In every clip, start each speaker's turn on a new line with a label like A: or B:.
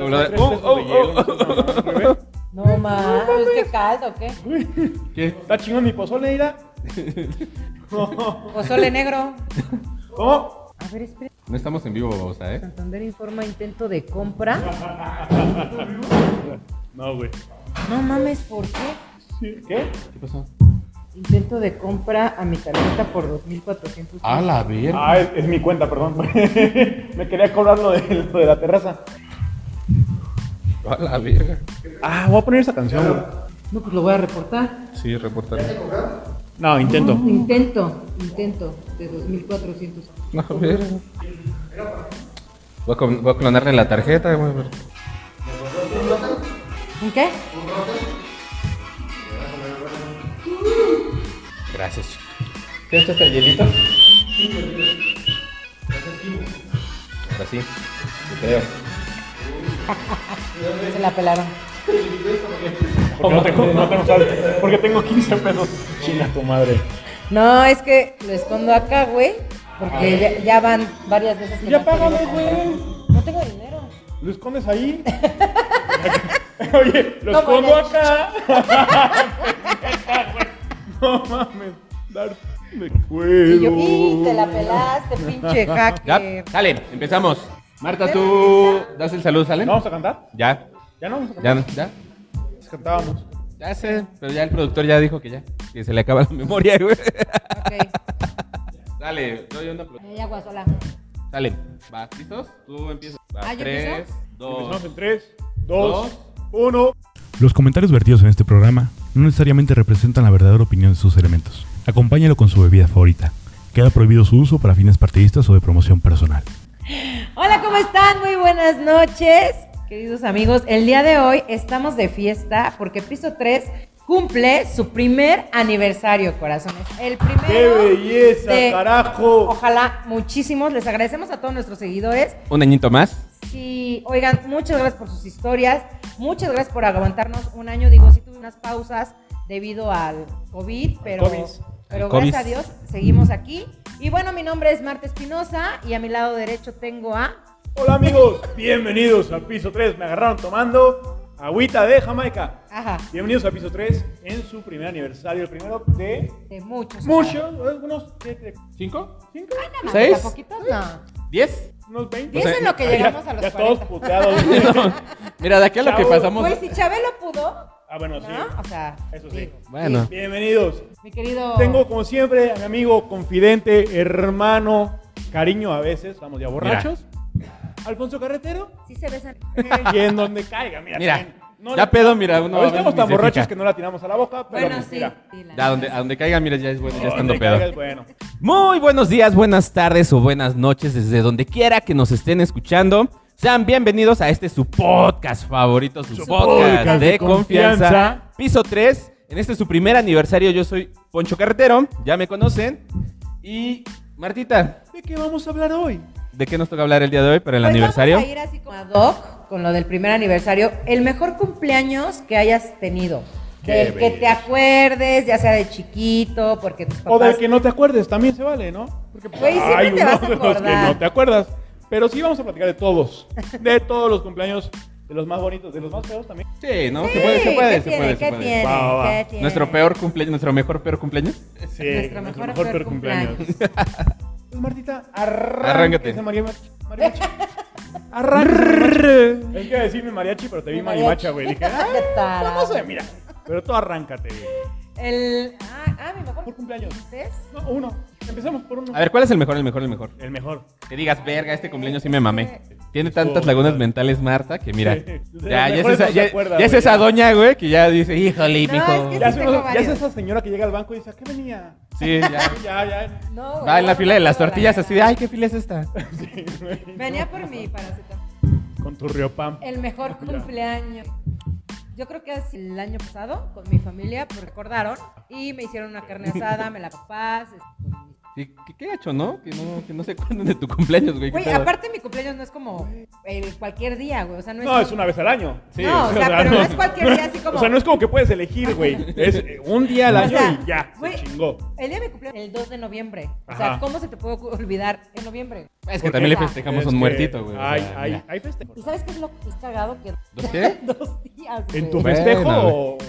A: Hola.
B: tres pesos
A: Oh,
B: de
A: oh,
B: hielo,
A: oh,
B: no seas mamón, güey.
C: No mames, ¿qué caldo o qué?
A: ¿Qué?
B: Está chingón mi pozole, mira.
C: Pozole negro.
B: ¿Cómo?
C: A ver, espera.
A: No estamos en vivo, babosa, ¿eh?
C: Santander informa intento de compra.
B: No, güey.
C: No mames, ¿por qué?
B: Sí, ¿Qué?
A: ¿Qué pasó?
C: Intento de compra a mi tarjeta por 2.400.
A: A la verga.
B: Ah, es, es mi cuenta, perdón. Me quería cobrar lo de, lo de la terraza.
A: A la verga.
B: Ah, voy a poner esa canción, güey.
C: No, pues lo voy a reportar.
A: Sí, reportar.
B: No, intento.
C: Intento, intento de 2.400.
A: No, verga. Voy a, con- voy a clonarle la tarjeta, güey.
C: ¿En qué?
A: Gracias, chico. ¿Te echaste el hielito? Ahora sí, te creo.
C: Se la pelaron.
B: Porque no tengo, no tengo sal. Porque tengo 15 pesos. China, tu madre.
C: No, es que lo escondo acá, güey. Porque ya, ya van varias veces que
B: Ya
C: me han querido
B: págame,
C: comprar.
B: güey.
C: No tengo dinero.
B: ¿Lo escondes ahí? Oye, lo
C: No,
B: escondo
C: mames.
B: acá. Pendeja, güey. no mames. Dar de cuero.
C: Y yo, y te la pelaste, pinche
A: Ya,
C: hacker.
A: sale, empezamos. Marta, tú das el saludo, ¿sale?
B: ¿No vamos a cantar?
A: Ya,
B: Ya no vamos a cantar.
A: ya, ya.
B: Cantábamos.
A: Ya sé, pero ya el productor ya dijo que ya. Que se le acaba la memoria, güey.
C: Ok.
A: Dale, doy una pro-
C: Ya, guasola.
A: Dale, va, ¿listos? Tú empiezas. Va,
C: Ah, ¿yo
A: tres,
C: empiezo?
A: dos.
B: Empezamos en 3, 2,
A: Dos.
B: 1.
D: Los comentarios vertidos en este programa no necesariamente representan la verdadera opinión de sus elementos. Acompáñalo con su bebida favorita. Queda prohibido su uso para fines partidistas o de promoción personal.
C: Hola, ¿cómo están? Muy buenas noches, queridos amigos. El día de hoy estamos de fiesta porque Piso 3 cumple su primer aniversario, corazones. El primero.
B: ¡Qué belleza,
C: de-
B: carajo!
C: Ojalá muchísimos. Les agradecemos a todos nuestros seguidores.
A: Un añito más.
C: Sí, oigan, muchas gracias por sus historias. Muchas gracias por aguantarnos un año. Digo, sí tuve unas pausas debido al COVID, pero,
B: COVID.
C: pero
A: Al COVID.
C: gracias a Dios seguimos aquí. Y bueno, mi nombre es Marta Espinosa y a mi lado derecho tengo a...
B: Hola amigos, bienvenidos al piso 3. Me agarraron tomando agüita de Jamaica.
C: Ajá.
B: Bienvenidos a piso 3 en su primer aniversario, el primero de
C: De muchos.
B: muchos, unos, ¿qué te-
A: ¿Cinco?
B: cinco?
C: Nada más,
A: ¿Seis?
C: ¿a poquitos? No.
A: ¿diez?
B: unos 20.
A: O
C: Piensa
A: sea,
C: en lo que
B: Pues Ya-
C: llegamos a los
B: ya
C: 40.
B: todos puteados.
A: No, Mira, de aquí a lo que
B: Chao.
A: pasamos.
C: Pues si Chabelo pudo,
B: ah, bueno,
C: ¿no?
B: sí.
C: O sea,
B: Eso sí.
C: digo,
A: Bueno.
B: Bienvenidos.
C: mi querido...
B: Tengo como siempre a mi amigo, confidente, hermano, cariño a veces, vamos ya borrachos. Alfonso Carretero,
C: Sí se besan.
B: y en donde caiga, mira.
A: Mira,
B: también. No
A: ya
B: le-
A: pedo, mira, uno
B: A veces
A: a veces
B: estamos tan
A: ni se
B: borrachos
A: fija.
B: que no la tiramos a la boca, pero
C: Bueno, sí.
B: mira.
C: sí, la
A: Ya, donde,
C: neta.
A: a donde caiga, mira, ya es bueno, ya estando
B: Donde
A: pedo.
B: caiga es bueno.
A: Muy buenos días, buenas tardes o buenas noches desde donde quiera que nos estén escuchando. Sean bienvenidos a este su podcast favorito, su, podcast,
B: podcast
A: de
B: de
A: confianza.
B: confianza.
A: Piso 3. En este su primer aniversario, yo soy Poncho Carretero, ya me conocen. Y Martita,
B: ¿De qué vamos a hablar hoy?
A: ¿de qué nos toca hablar el día de hoy para el
C: Pues
A: aniversario?
C: Vamos a ir así como ad hoc con lo del primer aniversario. El mejor cumpleaños que hayas tenido.
B: Qué
C: del que te
B: belleza.
C: acuerdes, ya sea de chiquito, porque tus papás.
B: O del que no te acuerdes, también se vale, ¿no? Porque pues,
C: Güey, siempre
B: hay
C: te vas a
B: unos de los que
C: acordar.
B: no te acuerdas. Pero sí vamos a platicar de todos. De todos los cumpleaños, de los más bonitos, de los más feos también.
A: Sí, ¿no? se
C: Sí,
A: puede, se puede,
C: ¿qué
A: se
C: tiene,
A: puede. se
C: ¿qué
A: puede.
C: tiene,
B: Va, va,
C: qué
B: va.
C: tiene?
A: Nuestro peor cumpleaños, nuestro mejor peor cumpleaños.
B: Sí,
C: Nuestro mejor peor
B: Pues Martita, arráncate.
A: Arráncate.
B: Ese mariachi. mariachi. Arráncate. mariachi. Es que iba a decirme mariachi, pero te vi
C: Mariachi.
B: marimacha, güey. Dije, ah,
C: ¿Qué tal?
B: no sé, mira. Pero tú arráncate, güey.
C: El. Ah, ah, mi mejor
B: Por cumpleaños.
C: ¿Ves?
B: No, uno. Empecemos por uno.
A: A ver, ¿cuál es el mejor, el mejor, el mejor?
B: El mejor.
A: Que digas, verga, este cumpleaños sí me mamé. Tiene tantas
B: Puta.
A: lagunas mentales, Marta, que mira.
B: Oh, Sí. De los
A: Ya, ya es
B: mejores
A: esa,
B: no se
A: ya-
B: acuerda,
A: ya es
B: güey,
A: esa
B: ya.
A: doña, güey, que ya dice, híjole,
C: No,
A: mijo.
C: es que
B: Ya, se-
C: sí tengo
B: ya es
C: varios.
B: esa señora que llega al banco y dice, ¿a qué venía?
A: Sí, ya.
B: Ya, ya.
C: No, güey,
A: Va en la
C: no
A: fila de
C: me
A: las
C: acuerdo
A: tortillas,
C: la
A: así de,
C: verdad.
A: ay, qué fila es esta.
C: Venía por mi paracetamol.
B: Con tu río pam.
C: El mejor cumpleaños. Yo creo que es el año pasado con mi familia, porque recordaron y me hicieron una carne asada, me la papás, este, con mis
A: Sí, Qué, qué- qué gacho, ¿no? Que no, que no se acuerden de tu cumpleaños, güey. qué
C: Güey,
A: pedo.
C: aparte mi cumpleaños no es como el cualquier día, güey. O sea, no es.
B: No, es una vez al año.
A: Sí,
C: no, o sea, pero no es cualquier día así como.
B: O sea, no es como que puedes elegir, güey. Es eh, un día al
C: O
B: año
C: sea,
B: y ya,
C: güey,
B: se chingó.
C: El día de mi cumpleaños, el 2 de noviembre. O sea,
B: Ajá.
C: ¿cómo se te puede ocu- olvidar en noviembre?
A: Es que
B: Porque-
A: también le festejamos
B: Es
A: un
B: que
A: muertito, güey. o
B: Hay,
A: sea,
B: hay,
A: mira.
B: hay festejo.
C: ¿Y sabes qué es lo que es cagado? Que
A: ¿Dos qué?
C: dos días.
B: ¿En
C: güey.
B: tu
A: Bueno,
B: festejo
A: güey.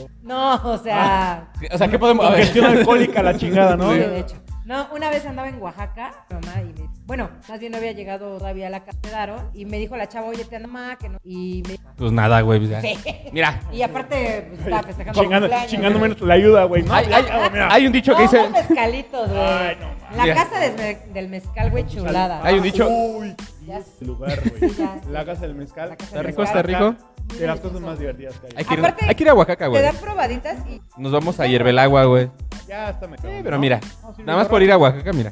B: o
C: No, o sea.
A: O sea, ¿qué podemos...? a ver.
B: congestión alcohólica la chingada, no?
C: sí, de hecho. No, una vez andaba en Oaxaca, mi mamá, y me, bueno, más bien no había llegado todavía a la casa, quedaron, y me dijo la chava, oye, te anda más, que no. Y, me-
A: Pues nada, güey. ya. Mira,
C: y aparte, pues, estaba festejando.
B: Chingando,
C: mi cumpleaños,
B: chingando
C: güey.
B: menos la ayuda, güey. No,
A: hay, hay-
B: Ah, mira.
A: hay un dicho que
C: Todos
A: dice...
C: mezcalitos, güey.
B: Ay, no mames.
C: la
A: Mira.
C: casa del me- del mezcal, güey, chulada.
A: Hay un dicho...
B: Uy,
C: Ya sé.
B: el lugar, güey.
C: Sí, ya sé.
B: La casa del mezcal.
C: La casa
A: ¿Está
C: del
A: rico? ¿Está rico?
B: De las cosas más divertidas que
A: Hay
B: hay.
A: que, ir,
C: Aparte,
A: hay que ir a Oaxaca,
C: Te
A: güey.
C: dan probaditas y
A: Nos vamos a Hierbelagua, güey.
B: Ah, Ya está me
A: Sí, pero mira, nada más por ir a Oaxaca, mira.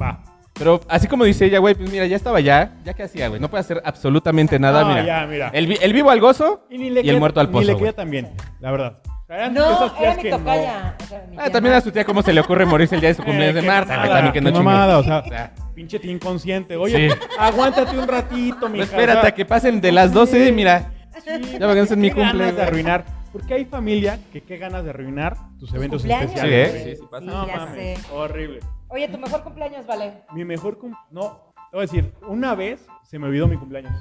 B: Va.
A: Pero así como dice ella, güey, pues mira, ya estaba allá. ¿Ya qué hacía, güey? No puede hacer absolutamente nada,
B: No,
A: mira.
B: ya, mira.
A: El, vi- el vivo al gozo y,
B: ni le
A: el
B: queda-
A: muerto al
B: Ni
A: pozo,
B: le queda
A: güey.
B: tan bien, la verdad. O sea, eran esas
C: No,
B: tías
C: era mi
B: que no-
C: tocaya. o sea, mi
A: Ah,
C: tía
A: también a
C: Marta.
A: su tía cómo se le ocurre morirse el día de su
B: Eh,
A: cumpleaños de
B: qué
A: Marta, güey.
B: mamada,
A: También que no
B: qué
A: chingue.
B: mamada, o
A: O
B: sea,
A: sea,
B: pinche tío inconsciente. Oye,
A: Sí.
B: aguántate un ratito, mi
A: espérate a que pasen de las 12 y mira. Ya van a ser mi
B: qué ganas
A: cumple.
B: de arruinar. Porque hay familia que qué ganas de arruinar tus eventos
C: cumpleaños.
B: especiales.
A: Sí, ¿eh?
B: güey.
A: Sí, sí pasa.
B: No
C: Sí, ya
B: mames,
C: sé.
B: horrible.
C: Oye, tu mejor cumpleaños, vale.
B: Mi mejor cum... No, te voy a decir, una vez se me olvidó mi cumpleaños.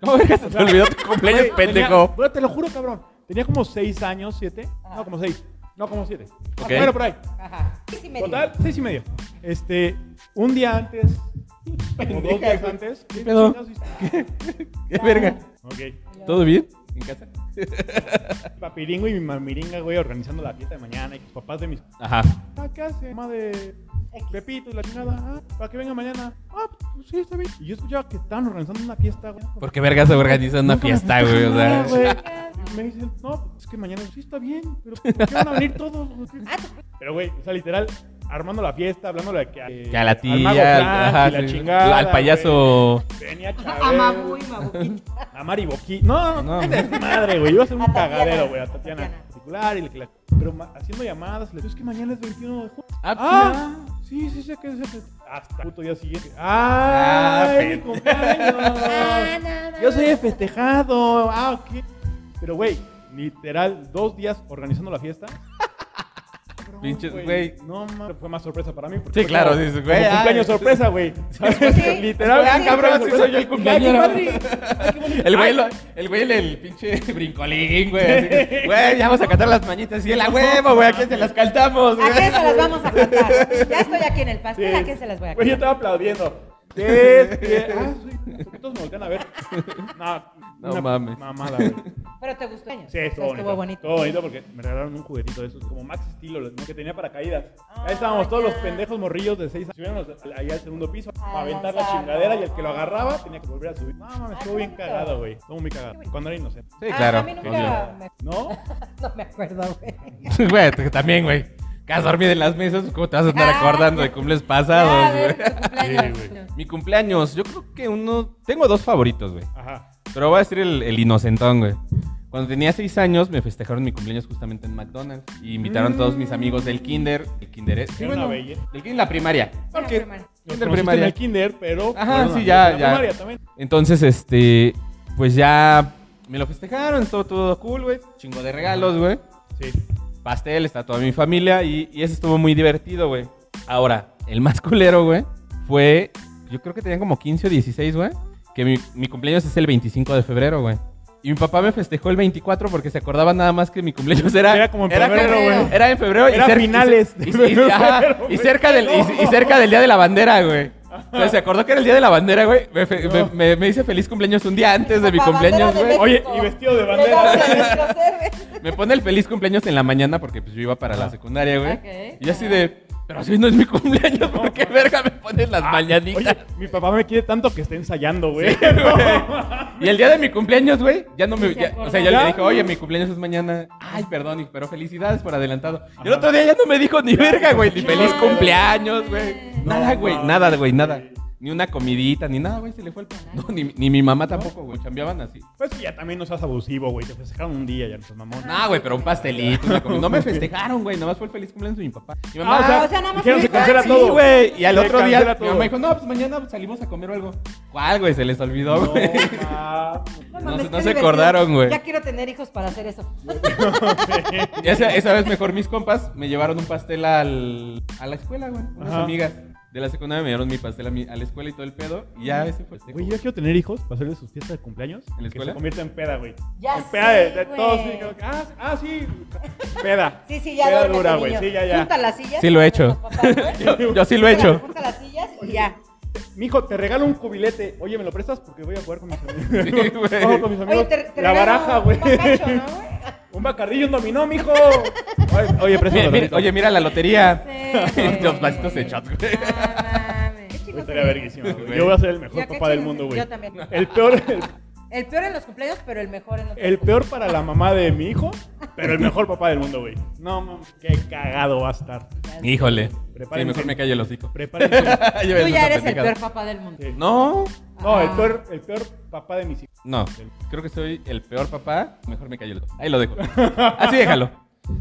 A: ¿Cómo verga se te olvidó tu cumpleaños,
B: Güey,
A: pendejo?
B: tenía- güey, te lo juro, cabrón. Tenía como seis años, siete. No, como seis. No, como siete.
A: Ok.
B: Bueno, por ahí.
C: Ajá. Sí, sí, me
B: Total, seis y medio. Este, un día antes, o dos días antes. ¿Qué
A: pedo?
B: chingados hiciste?
A: ¿Qué verga?
B: Ok.
A: ¿Todo bien? ¿En casa?
B: Papiringo y mi mamiringa, güey, organizando la fiesta de mañana y los papás de mis...
A: Ajá.
B: Ah, ¿qué hace? Mamá de Pepito y la chingada. Ah, para que venga mañana. Ah, pues sí, está bien. Y yo escuchaba que estaban organizando una fiesta, güey.
A: Porque verga se organiza una
B: Nunca me
A: fiesta, güey.
B: festejaron
A: O
B: nada,
A: sea,
B: pues, güey. Me dicen, no, pues es que mañana sí está bien, pero ¿por qué van a venir todos? Pero, güey, o sea, literal, armando la fiesta, hablando de que,
A: que a la
B: al
A: tía,
B: mago
A: al,
B: Frank
A: ajá,
B: y la
A: sí,
B: chingada,
A: al payaso.
B: güey. Venía Chávez.
C: A Mabu y Mabuquita.
B: A Mari Boqui. No,
A: No,
B: no,
A: no.
B: no. madre, güey. Iba a ser
C: A
B: un
C: Tatiana.
B: cagadero, güey. A Tatiana.
C: Tatiana.
B: Particular y la, que la- Pero ma- haciendo llamadas, le digo, es que mañana es 21 de junio.
A: Ah,
B: sí, sí, sé que es. es- Hasta el puto día siguiente. ¡Ah! mi
A: pendejo.
C: Ah,
B: cumpleaños!
C: no, no,
B: Yo soy
C: no.
B: de festejado. Ah, ok. Pero, güey, literal, dos días organizando la fiesta. Cabrón,
A: Pinches, güey.
B: No, mames. Fue más sorpresa para mí. porque
A: Sí,
B: fue
A: claro,
B: como-
A: dices,
B: como
A: güey, ah,
B: cumpleaños
A: sí.
B: sorpresa, güey.
C: Sí.
B: Literal,
C: Ah,
A: cabrón, sí soy yo el cumpleañero.
B: Ay, qué padre. Ay, qué bonito.
A: El güey, lo- el güey, el, pinche brincolín, güey. así que, Güey, ya vamos a cantar las mañitas. Y el a huevo, güey, ¿a quién se las cantamos,
C: ¿A
A: güey?
C: qué se las vamos a contar? Ya estoy aquí en el pastel, ¿a qué se las voy a
B: Güey, Pues yo
C: contar?
B: estaba aplaudiendo. Es que- Ah, sí, poquitos me voltean a ver. No,
A: No
B: una
A: mames.
B: Mamada, güey.
C: Pero te gustó.
B: Sí, estuvo bonito. Estuvo bonito porque me regalaron un juguetito de esos, como Max Estilo, los que tenía paracaídas. Ahí estábamos todos
C: ya.
B: los pendejos morrillos de seis años. Subíamos ahí al segundo piso
C: A
B: a aventar la
C: lanzarlo.
B: chingadera y el que lo agarraba tenía que volver a subir. No mames, estuvo
C: qué
B: bien
C: bonito.
B: cagado, güey. Estuvo muy cagado. Cuando era inocente.
A: Sí, claro.
C: Ah, a mí nunca me...
B: ¿No?
C: No me acuerdo, güey.
A: Sí, Güey, tú también, güey. Que has dormido en las mesas, ¿cómo te vas a andar
C: Ah,
A: acordando de cumples
C: Ya, a
A: pasados,
C: ver,
A: güey?
C: tu cumpleaños.
B: Sí, güey.
A: Mi cumpleaños, yo creo que uno. Tengo dos favoritos, güey.
B: Ajá.
A: Pero voy a decir el, el inocentón, güey. Cuando tenía seis años, me festejaron mi cumpleaños justamente en McDonald's. Y invitaron todos
C: Mm.
A: mis amigos del kinder. ¿El kinder es?
B: Era una bella.
A: Del kinder, la primaria.
C: Era
A: Porque-
C: primaria.
B: Nos
A: Kinder
B: conociste en
A: primaria.
B: el kinder, pero...
A: Ajá,
B: fueron
A: sí,
B: amigos
A: ya,
B: de la
A: ya.
B: primaria también.
A: Entonces, este, pues ya me lo festejaron, estuvo todo cool, güey. Chingo de regalos, güey.
B: Sí.
A: Pastel, está toda mi familia y, y eso estuvo muy divertido, güey. Ahora, el más culero, güey, fue, yo creo que tenían como 15 o 16, güey, que mi, mi cumpleaños es el 25 de febrero, güey. Y mi papá me festejó el 24 porque se acordaba nada más que mi cumpleaños era...
B: Era como en
C: febrero, güey.
A: Era en febrero.
B: Era
A: cer-
B: finales
A: Y,
B: de
A: y-
B: febrero,
A: ajá, y
B: güey.
A: cerca del, y- y, cerca del Día de la Bandera, güey. Entonces se acordó que era el Día de la Bandera, güey. Me, fe- me- me- me hice feliz cumpleaños un día antes de mi
C: Papá,
A: cumpleaños,
C: bandera de
A: güey.
C: México.
B: Oye, y vestido de
C: Regalo
B: bandera.
C: de nuestro ser,
A: Me pone el feliz cumpleaños en la mañana porque pues yo iba para la secundaria, güey.
C: Ok,
A: Y yo así
C: ajá.
A: de, pero si hoy no es mi cumpleaños, ¿por qué verga me pones las mañanitas?
B: Oye, mi papá me quiere tanto que está ensayando, güey.
A: Y el día de mi cumpleaños, güey, ya no me...
C: se
A: ya- o sea,
C: acordó.
A: yo le
B: ¿Ya?
A: dije, oye, mi cumpleaños es mañana. Ay, perdón, y- pero felicidades por adelantado. Y el otro día ya no me dijo ni verga, güey, ni feliz
C: No,
A: cumpleaños, güey.
C: no,
A: Nada, güey,
B: no,
A: nada, güey, nada. ni una comidita, ni nada, güey, se le fue el pan. No, ni, ni mi mamá tampoco, güey, chambeaban así.
B: Pues que ya también no seas abusivo, güey. Te festejaron un día, ya no seas mamón.
C: Ah,
A: No, güey, pero un pastelito. una comida. No me festejaron, güey, nada más fue el feliz cumpleaños de mi papá. Mi
C: Ah,
A: mamá,
C: o sea, nada más
B: dijeron, se
C: fue el pan,
B: cancela
C: sí,
B: todo.
A: güey, y al
B: Se
A: otro día
B: cancela
A: mi
B: todo.
A: mamá dijo, no, pues mañana salimos a comer o algo. ¿Cuál, güey? Se les olvidó,
B: No,
A: güey.
B: ma-
A: No se-
C: mames, qué
A: no se
C: divertido.
A: acordaron, güey.
C: Ya quiero tener hijos para hacer eso.
A: Esa, esa vez mejor mis compas me llevaron un pastel al, a la escuela, güey. Unas
B: Ajá.
A: amigas de la secundaria me dieron mi pastel a, mi- a la escuela y todo el pedo. Y ya ese fue.
B: Güey, yo quiero tener hijos para hacerle sus fiestas de cumpleaños.
A: ¿En la
B: que
A: escuela?
B: se convierta en peda, güey.
C: Ya
B: en peda de,
C: sé,
B: de
C: güey.
B: todos. sí, como que, ah, ah, sí. Peda.
C: Sí, sí, ya
B: Peda
C: duerme
B: dura,
C: tu
B: güey.
C: niño.
B: Sí, ya, ya.
C: Junta las sillas.
A: Sí lo he
C: con los
A: hecho.
C: papás, güey.
A: Yo, yo sí lo he
C: Junta-
A: hecho.
C: Junta las sillas y ya.
B: Mijo, te regalo un cubilete. Oye, ¿me lo prestas? Porque voy a jugar con mis amigos.
A: Sí, güey.
B: Ojo con mis amigos.
C: Oye, te, te
B: la
C: regalo
B: baraja, güey.
C: Un bacacho, ¿no, güey?
B: Un bacardillo, un dominó, mijo. Oye, Oye,
A: Mira,
B: préstalo.
A: mira,
B: tantito.
A: oye, mira la lotería.
C: Sí.
A: Los vasitos de shot, güey.
C: No mames. Qué chicos
B: Estaría
C: son.
B: verguísima, güey.
A: Güey.
B: Yo voy a ser el
C: Ya,
B: mejor
C: qué
B: papá del
C: chingos.
B: mundo, güey.
C: Yo también.
B: El peor, el,
C: El peor en los cumpleaños, pero el mejor en los
B: el peor para la mamá de mi hijo, pero el mejor papá del mundo, güey. No, mam, qué cagado va a estar.
A: Híjole. Sí,
B: Prepárense.
A: mejor me callo el hocico.
B: Prepárense.
C: Tú ya eres el peor papá del mundo.
B: Sí.
A: No,
B: No, el
C: Ah.
B: peor, el peor papá de mis hijos.
A: no. Creo que soy el peor papá. Mejor me callo el hocico. Ahí lo dejo. Así déjalo.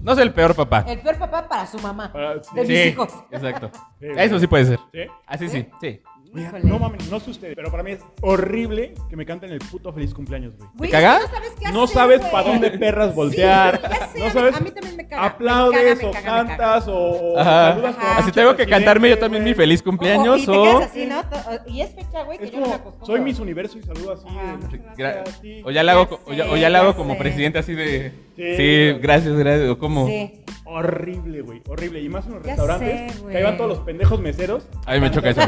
A: No soy el peor papá.
C: El peor papá para su mamá.
B: Para- sí.
C: De mis hijos.
A: Exacto.
B: Sí,
A: Eso
B: güey.
A: sí puede ser.
B: ¿Sí?
A: Así sí, sí.
B: Mira,
C: Híjole.
B: no mames, no sé ustedes, pero para mí es horrible que me canten el puto feliz cumpleaños, güey.
C: Güey,
A: ¿Te caga?
C: es que No sabes, qué
B: No
C: hacer,
B: sabes
C: güey.
B: para dónde perras voltear.
C: Sí, ya sé, a
B: no
C: mí-
B: sabes.
C: a mí también me caga, me
B: Aplaudes
C: caga, me
B: o
C: caga, me caga.
B: cantas o
A: Ajá.
B: Oh, saludas con
C: Ajá.
A: Así
B: mucho
A: tengo que cantarme yo
B: presidente,
A: también
B: güey.
A: mi feliz
C: Ojo,
A: cumpleaños
C: Y te
A: o...
C: quedas así, ¿no? To- Y es fecha, güey, que
B: Es
C: yo no me
B: como,
C: acostumbro.
B: soy Miss Universo y saludo así.
C: Ajá.
B: de-
A: Gra-
B: a ti.
A: o ya la hago,
C: Ya
A: co- o ya,
C: sé,
A: o ya la hago
C: ya
A: como
C: sé.
A: presidente así de...
B: Sí.
A: Sí, gracias, gracias. O como...
C: Sí.
B: Horrible, güey. Horrible. Y más en los
C: Ya
B: restaurantes.
C: sé,
B: que ahí van
C: güey.
B: todos los pendejos meseros.
A: A mí me choca eso.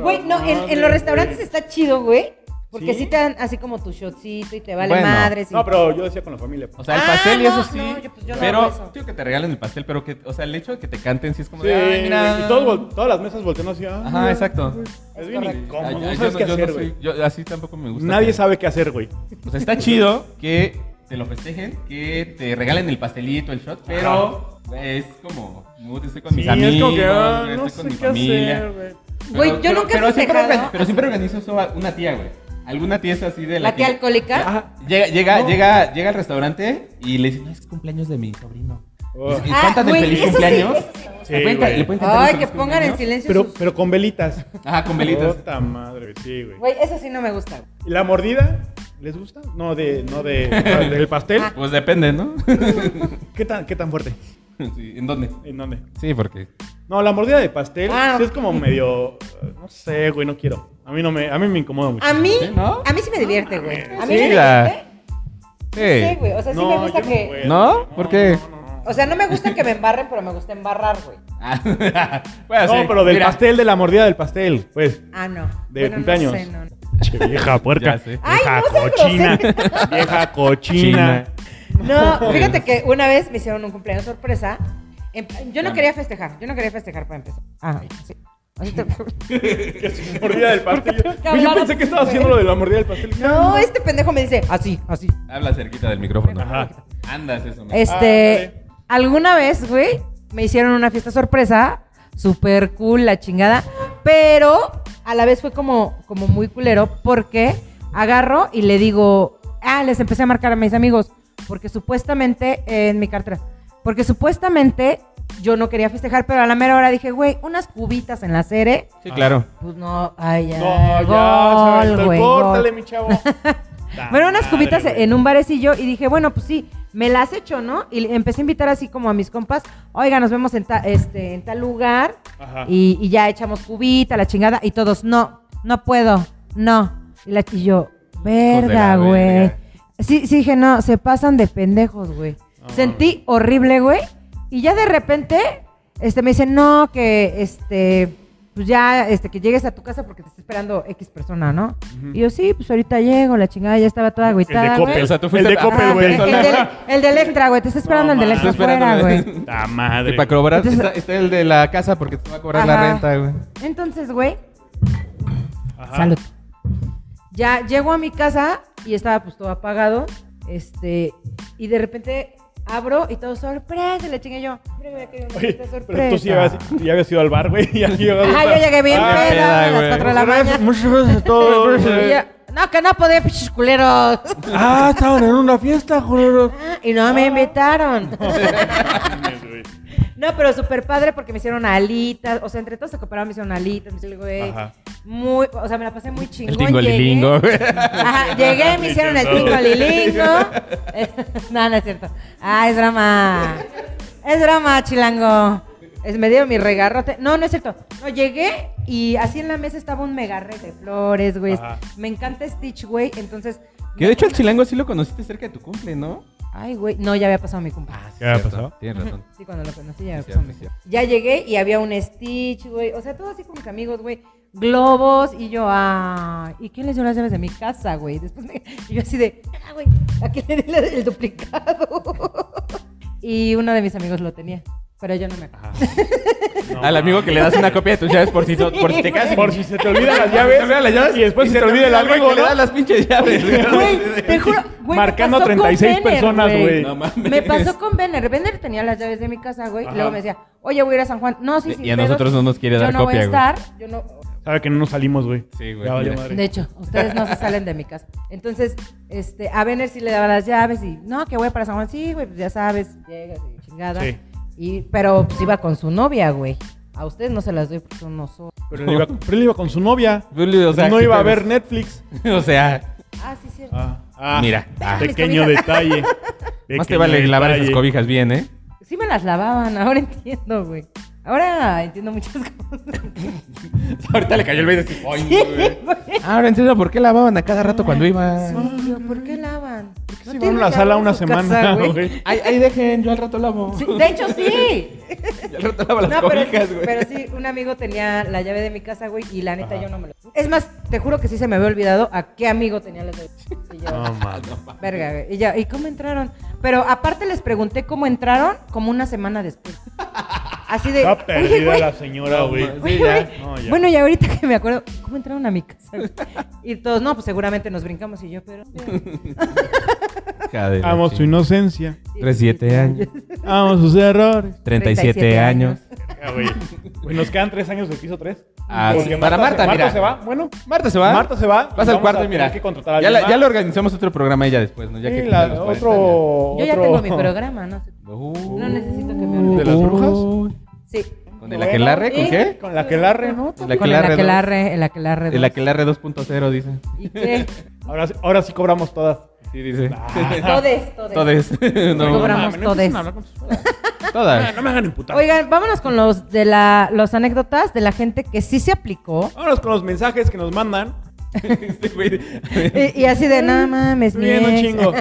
C: Güey, no, en, en los restaurantes está chido, güey. Porque
B: ¿Sí?
C: ¿Sí? te dan así como tu shotcito y te vale
A: Bueno.
C: madres. y-
B: No, pero yo decía con la familia. pues.
A: O sea, el
C: Ah,
A: pastel y
C: no,
A: eso sí.
C: no, yo- pues yo no
A: pero,
C: hago eso.
A: tío, que te regalen el pastel, pero que, o sea, el hecho de que te canten sí es como
B: Sí,
A: de, ay, mira.
B: y todos vol- todas las mesas voltean así. ah,
A: Ajá, exacto.
B: Es bien
C: correcto.
B: incómodo.
A: Ay,
B: no
A: ay,
B: sabes
A: yo
B: qué
A: yo
B: hacer,
A: soy-
B: güey.
A: yo así tampoco me gusta.
B: Nadie
A: que-
B: sabe qué hacer, güey.
A: O sea, está chido que te lo festejen, que te regalen el pastelito, el shot, pero güey, es como, mood, estoy con mis
B: Sí,
A: amigos,
B: es como que, ah,
A: güey,
B: no
A: estoy
B: sé
A: con mi
B: qué
A: familia.
B: hacer, güey.
C: Güey, yo nunca he
A: pero siempre,
C: festejado.
A: organi- pero siempre organizo eso a una tía, güey. Alguna tía es así de la,
C: ¿La tía
B: Ah,
C: alcohólica?
A: Ajá. Llega, llega,
B: No.
A: llega, llega al restaurante y le dice, no, es cumpleaños de mi sobrino.
B: Oh.
A: Y, y
C: Ah,
A: cantan el
C: güey,
A: feliz
C: eso sí,
A: cumpleaños.
C: eso sí.
B: Sí,
A: Le pueden ca-
B: güey.
A: le pueden cantar el
C: Ay, que
A: feliz
C: pongan en
A: cumpleaños.
C: silencio
B: Pero,
C: sus-
B: pero con velitas.
A: Ajá, con velitas.
B: Puta madre, güey, sí, güey.
C: Güey, eso sí no me gusta. güey.
B: ¿Y la mordida? ¿Les gusta? No, de, no de, del pastel.
A: Pues depende, ¿no?
B: ¿Qué tan, ¿Qué tan fuerte?
A: Sí, ¿En dónde?
B: ¿En dónde?
A: Sí, porque...
B: No, la mordida de pastel
C: Ah.
B: sí es como medio. eh, No sé, güey, no quiero. A mí no me, a mí me incomoda mucho.
C: A mí,
A: ¿Sí, no?
C: a mí sí me divierte, Ah, güey. A mí
A: Sí,
C: me
A: la-
C: divierte. Sí, güey. O sea, sí me gusta
B: yo
C: que.
B: puedo,
A: ¿No?
B: güey.
A: ¿Por qué?
B: No, no, no.
C: o sea, no me gusta que me embarren, pero me gusta embarrar, güey.
A: Ah, bueno,
B: No,
A: sí,
B: pero del
A: mira.
B: pastel, de la mordida del pastel, pues.
C: Ah, no.
B: De
C: Bueno,
B: cumpleaños.
C: No sé, no, no.
B: Che, vieja puerca.
A: Ya sé.
C: Ay,
B: Vieja
C: no seas
B: cochina. Vieja cochina.
C: No, fíjate que una vez me hicieron un cumpleaños sorpresa. En- Yo no
A: Ya.
C: quería festejar, yo no quería festejar para empezar. Ah, sí. Así te-
B: Mordida del pastel. Güey, yo
C: hablar
B: pensé
C: así,
B: que estaba
C: güey?
B: haciendo lo de la mordida del pastel.
C: No, este pendejo me dice así, así.
A: Habla cerquita del micrófono.
B: Ajá.
A: Andas eso. mira.
C: Este, alguna vez, güey, me hicieron una fiesta sorpresa, super cool, la chingada, pero a la vez fue como, como muy culero porque agarro y le digo, ah, les empecé a marcar a mis amigos, porque supuestamente, eh, en mi cartera, porque supuestamente yo no quería festejar, pero a la mera hora dije, güey, unas cubitas en la cere,
A: Sí, claro.
C: pues no, ay, ya,
B: No,
C: gol,
B: ya, se aventó.
C: güey, gol.
B: Córtale, mi chavo. Ta
C: Bueno, unas
B: madre,
C: cubitas
B: güey.
C: en un barecillo y dije, bueno, pues sí, me las echo, ¿no? Y le- empecé a invitar así como a mis compas, oiga, nos vemos en, ta- este, en tal lugar
B: Ajá.
C: y, y ya echamos cubita, la chingada, y todos, no, no puedo, no. Y, la- y yo,
A: la
C: verga, güey.
A: verga.
C: Sí, sí, dije, no, se pasan de pendejos, güey.
B: No
C: Sentí horrible, güey. Y ya de repente, este, me dicen, no, que, este, pues ya, este, que llegues a tu casa porque te está esperando X persona, ¿no?
B: Ujú.
C: Y yo, sí, pues ahorita llego, la chingada ya estaba toda agüitada,
B: Coppel,
C: güey. Ah,
A: O sea,
B: Ah,
A: tú
B: el
A: fuiste
B: de
A: a-
B: Coppel,
C: Ajá,
B: güey.
C: el, del, el de Electra, güey, te está
B: No,
C: esperando el de
B: ma.
C: Electra
A: Estoy
C: afuera,
A: esperando.
C: güey.
B: Ta
A: Y
B: Ah, madre.
A: para cobrar,
C: Entonces-
A: está, está el de la casa porque te va a cobrar la
C: Ajá.
A: renta, güey.
C: Entonces, güey,
B: Ajá.
C: salud. Ya llego a mi casa y estaba pues todo apagado, este, y de repente Abro y todo sorpresa, y le chingué yo. "Hombre, que
B: Oye,
C: una bonita
B: pero tú sí
C: sorpresa".
B: habías, tú ya habías ido al bar, güey. y ya llegabas
C: Ajá, yo llegué bien
B: Ah,
C: peda a
A: peda,
C: las
A: güey.
C: 4 de la mañana.
B: Muchas gracias a todos.
C: Y yo, No, que no podía, pinches culeros. Ah,
B: Ah, estaban en una fiesta, joder.
C: Y no me invitaron. No, pero súper padre porque me hicieron alitas. O sea, entre todos se cooperaron, me hicieron alitas. Me hicieron, güey.
B: Ajá.
C: Muy, o sea, me la pasé muy chingón.
A: El tingolilingo,
C: llegué.
A: güey.
C: Ajá, llegué, me hicieron el tingolilingo. no, no es cierto. Ah, es drama. Es drama, chilango. Es, me dieron mi regarrote. No, no es cierto. No, llegué y así en la mesa estaba un megarre de flores, güey.
B: Ajá.
C: Me encanta Stitch, güey. Entonces.
A: Que de hecho el chilango sí lo conociste cerca de tu cumple, ¿no?
C: Ay, güey. No, ya había pasado mi cumpleaños.
B: ¿Qué había pasado?
A: Ah, Tienes razón.
C: Sí, cuando lo conocí ya
A: Es
C: fue un
A: cierto, es
C: beso. Ya llegué y había un Stitch, güey. O sea, todo así con mis amigos, güey. Globos y yo, ah, ¿y quién les dio las llaves de mi casa, güey? Después me, y yo así de, ah, güey, ¿a quién le di la- el duplicado? y uno de mis amigos lo tenía, pero yo no me acuerdo.
A: Al amigo que le das una copia de tus llaves por si, por si te casas.
B: Por si se te olvidan las llaves.
A: Se olvidan las llaves
B: Y después se te olvida el
A: algo
B: algo,
A: que le das
B: ¿no?
A: las pinches llaves.
C: Güey, te juro, güey. me
B: Marcando
C: pasó con
B: 36
C: Benner,
B: personas, güey.
A: No mames.
C: Me pasó con Benner. Benner tenía las llaves de mi casa, güey. Y
B: Ajá.
C: luego me decía, oye, voy a ir a San Juan. No, sí,
A: Y-
C: sí.
A: y a nosotros no nos quiere dar
C: yo
A: copia, güey.
C: no voy a estar. Yo no,
B: Sabe que no nos salimos, güey.
A: Sí, güey,
B: Ya valió
A: mira.
B: madre.
C: De hecho, ustedes no se salen de mi casa. Entonces, este, a Vener sí le daba las llaves y, no, que voy para San Juan. Sí, güey, pues ya sabes, llegas y chingada.
B: Sí.
C: Y, pero pues iba con su novia, güey. A ustedes no se las doy porque son unos... so-
B: Pero él iba, pero él iba con su novia.
A: Julio, o sea,
B: no
A: ¿qué
B: iba a
A: pedos?
B: ver Netflix.
A: O sea,
C: Ah, sí, cierto.
B: Ah,
A: mira.
C: Ah, mis
B: Pequeño
C: cobijas.
B: detalle.
A: más te vale lavar
B: esas
A: esas cobijas bien, ¿eh?
C: Sí me las lavaban, ahora entiendo, güey. Ahora entiendo muchas cosas.
A: Ahorita le cayó el 20
C: güey.
A: Ahora entiendo por qué lavaban a cada rato cuando iba.
C: Sí, yo, ¿por qué lavan?
B: Sí, van a la sala una semana, güey.
A: Ahí, ahí dejen, yo al rato lavo.
C: Sí, de hecho, sí.
A: Yo al rato lavo las
C: No, pero,
A: cobijas,
C: sí,
A: güey.
C: pero sí, un amigo tenía la llave de mi casa, güey, y la neta
B: Ajá.
C: yo no me lo. Es más, te juro que sí se me había olvidado a qué amigo tenía las llaves. Y yo,
B: No mames.
C: verga, güey. Y ya, ¿y cómo entraron? Pero aparte les pregunté cómo entraron, como una semana después. Así de.
B: Está
C: "Oye,
B: perdida
C: güey,
B: la señora,
A: No,
B: güey.
A: mames.
C: oye,
A: Sí, ya.
C: güey".
B: No, ya.
C: Bueno, y ahorita que me acuerdo, ¿cómo entraron a mi casa? güey? Y todos, no, pues seguramente nos brincamos y yo, pero.
A: Hija de la
B: Amo su
A: chingada.
B: inocencia.
A: 37 años.
B: Amo sus errores.
A: 37 años.
B: Ah, güey. Güey, Nos quedan tres años del piso tres.
A: Ah,
B: Porque
A: sí. Para Marta,
B: se-
A: mira.
B: se va. Bueno,
A: Marta se va.
B: Marta se va.
A: Vas al
B: Vamos
A: cuarto
B: a
A: y mira.
B: tener que contratar a
A: ya,
B: alguien
A: la- ya
B: más.
A: le organizamos otro programa ella después, ¿no? Ya
B: Sí,
A: que
B: la-
A: cumpla los 40 años.
B: otro,
C: Yo ya
B: otro-
C: tengo mi programa, no sé.
A: Uh.
C: No necesito que me olvide.
B: ¿De las brujas?
C: Sí.
A: ¿Con el aquelarre? ¿Con
C: ¿Eh?
A: qué?
B: Con la que la ¿no?
A: El
C: Con el
A: aquelarre.
C: aquelarre, el aquelarre.
A: El
C: dos.
A: aquelarre 2.0, dice.
C: ¿Y qué?
B: Ahora, sí- ahora sí cobramos todas.
A: Sí, dice.
C: Ah. Todes, todes.
A: Todes. No,
C: Cobramos
B: mames, no empiecen
C: todes.
B: a hablar con sus palabras.
A: todas.
B: No me hagan emputar.
C: Oigan, vámonos con los de la, los anécdotas de la gente que sí se aplicó.
B: Vámonos con los mensajes que nos mandan.
A: Este güey-
C: Y, y así de, no mames, mi
B: Bien, un
C: ex".
B: chingo.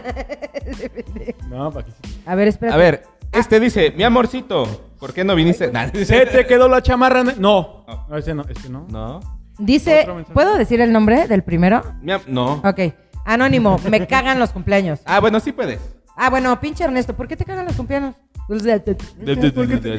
B: No, pa' que sí.
C: A ver, espera.
A: A ver, este dice, mi amorcito, ¿por qué no viniste? Nah,
B: ¿Se te quedó la chamarra? ne- No. No, este no. Este no.
A: No.
C: Dice,
B: Otro mensaje.
C: ¿puedo decir el nombre del primero?
A: Mi am- no.
C: Ok. Anónimo, me cagan los cumpleaños.
A: Ah, bueno, sí puedes.
C: Ah, bueno, pinche Ernesto, ¿por qué te cagan los cumpleaños?
B: ¿Por qué, te,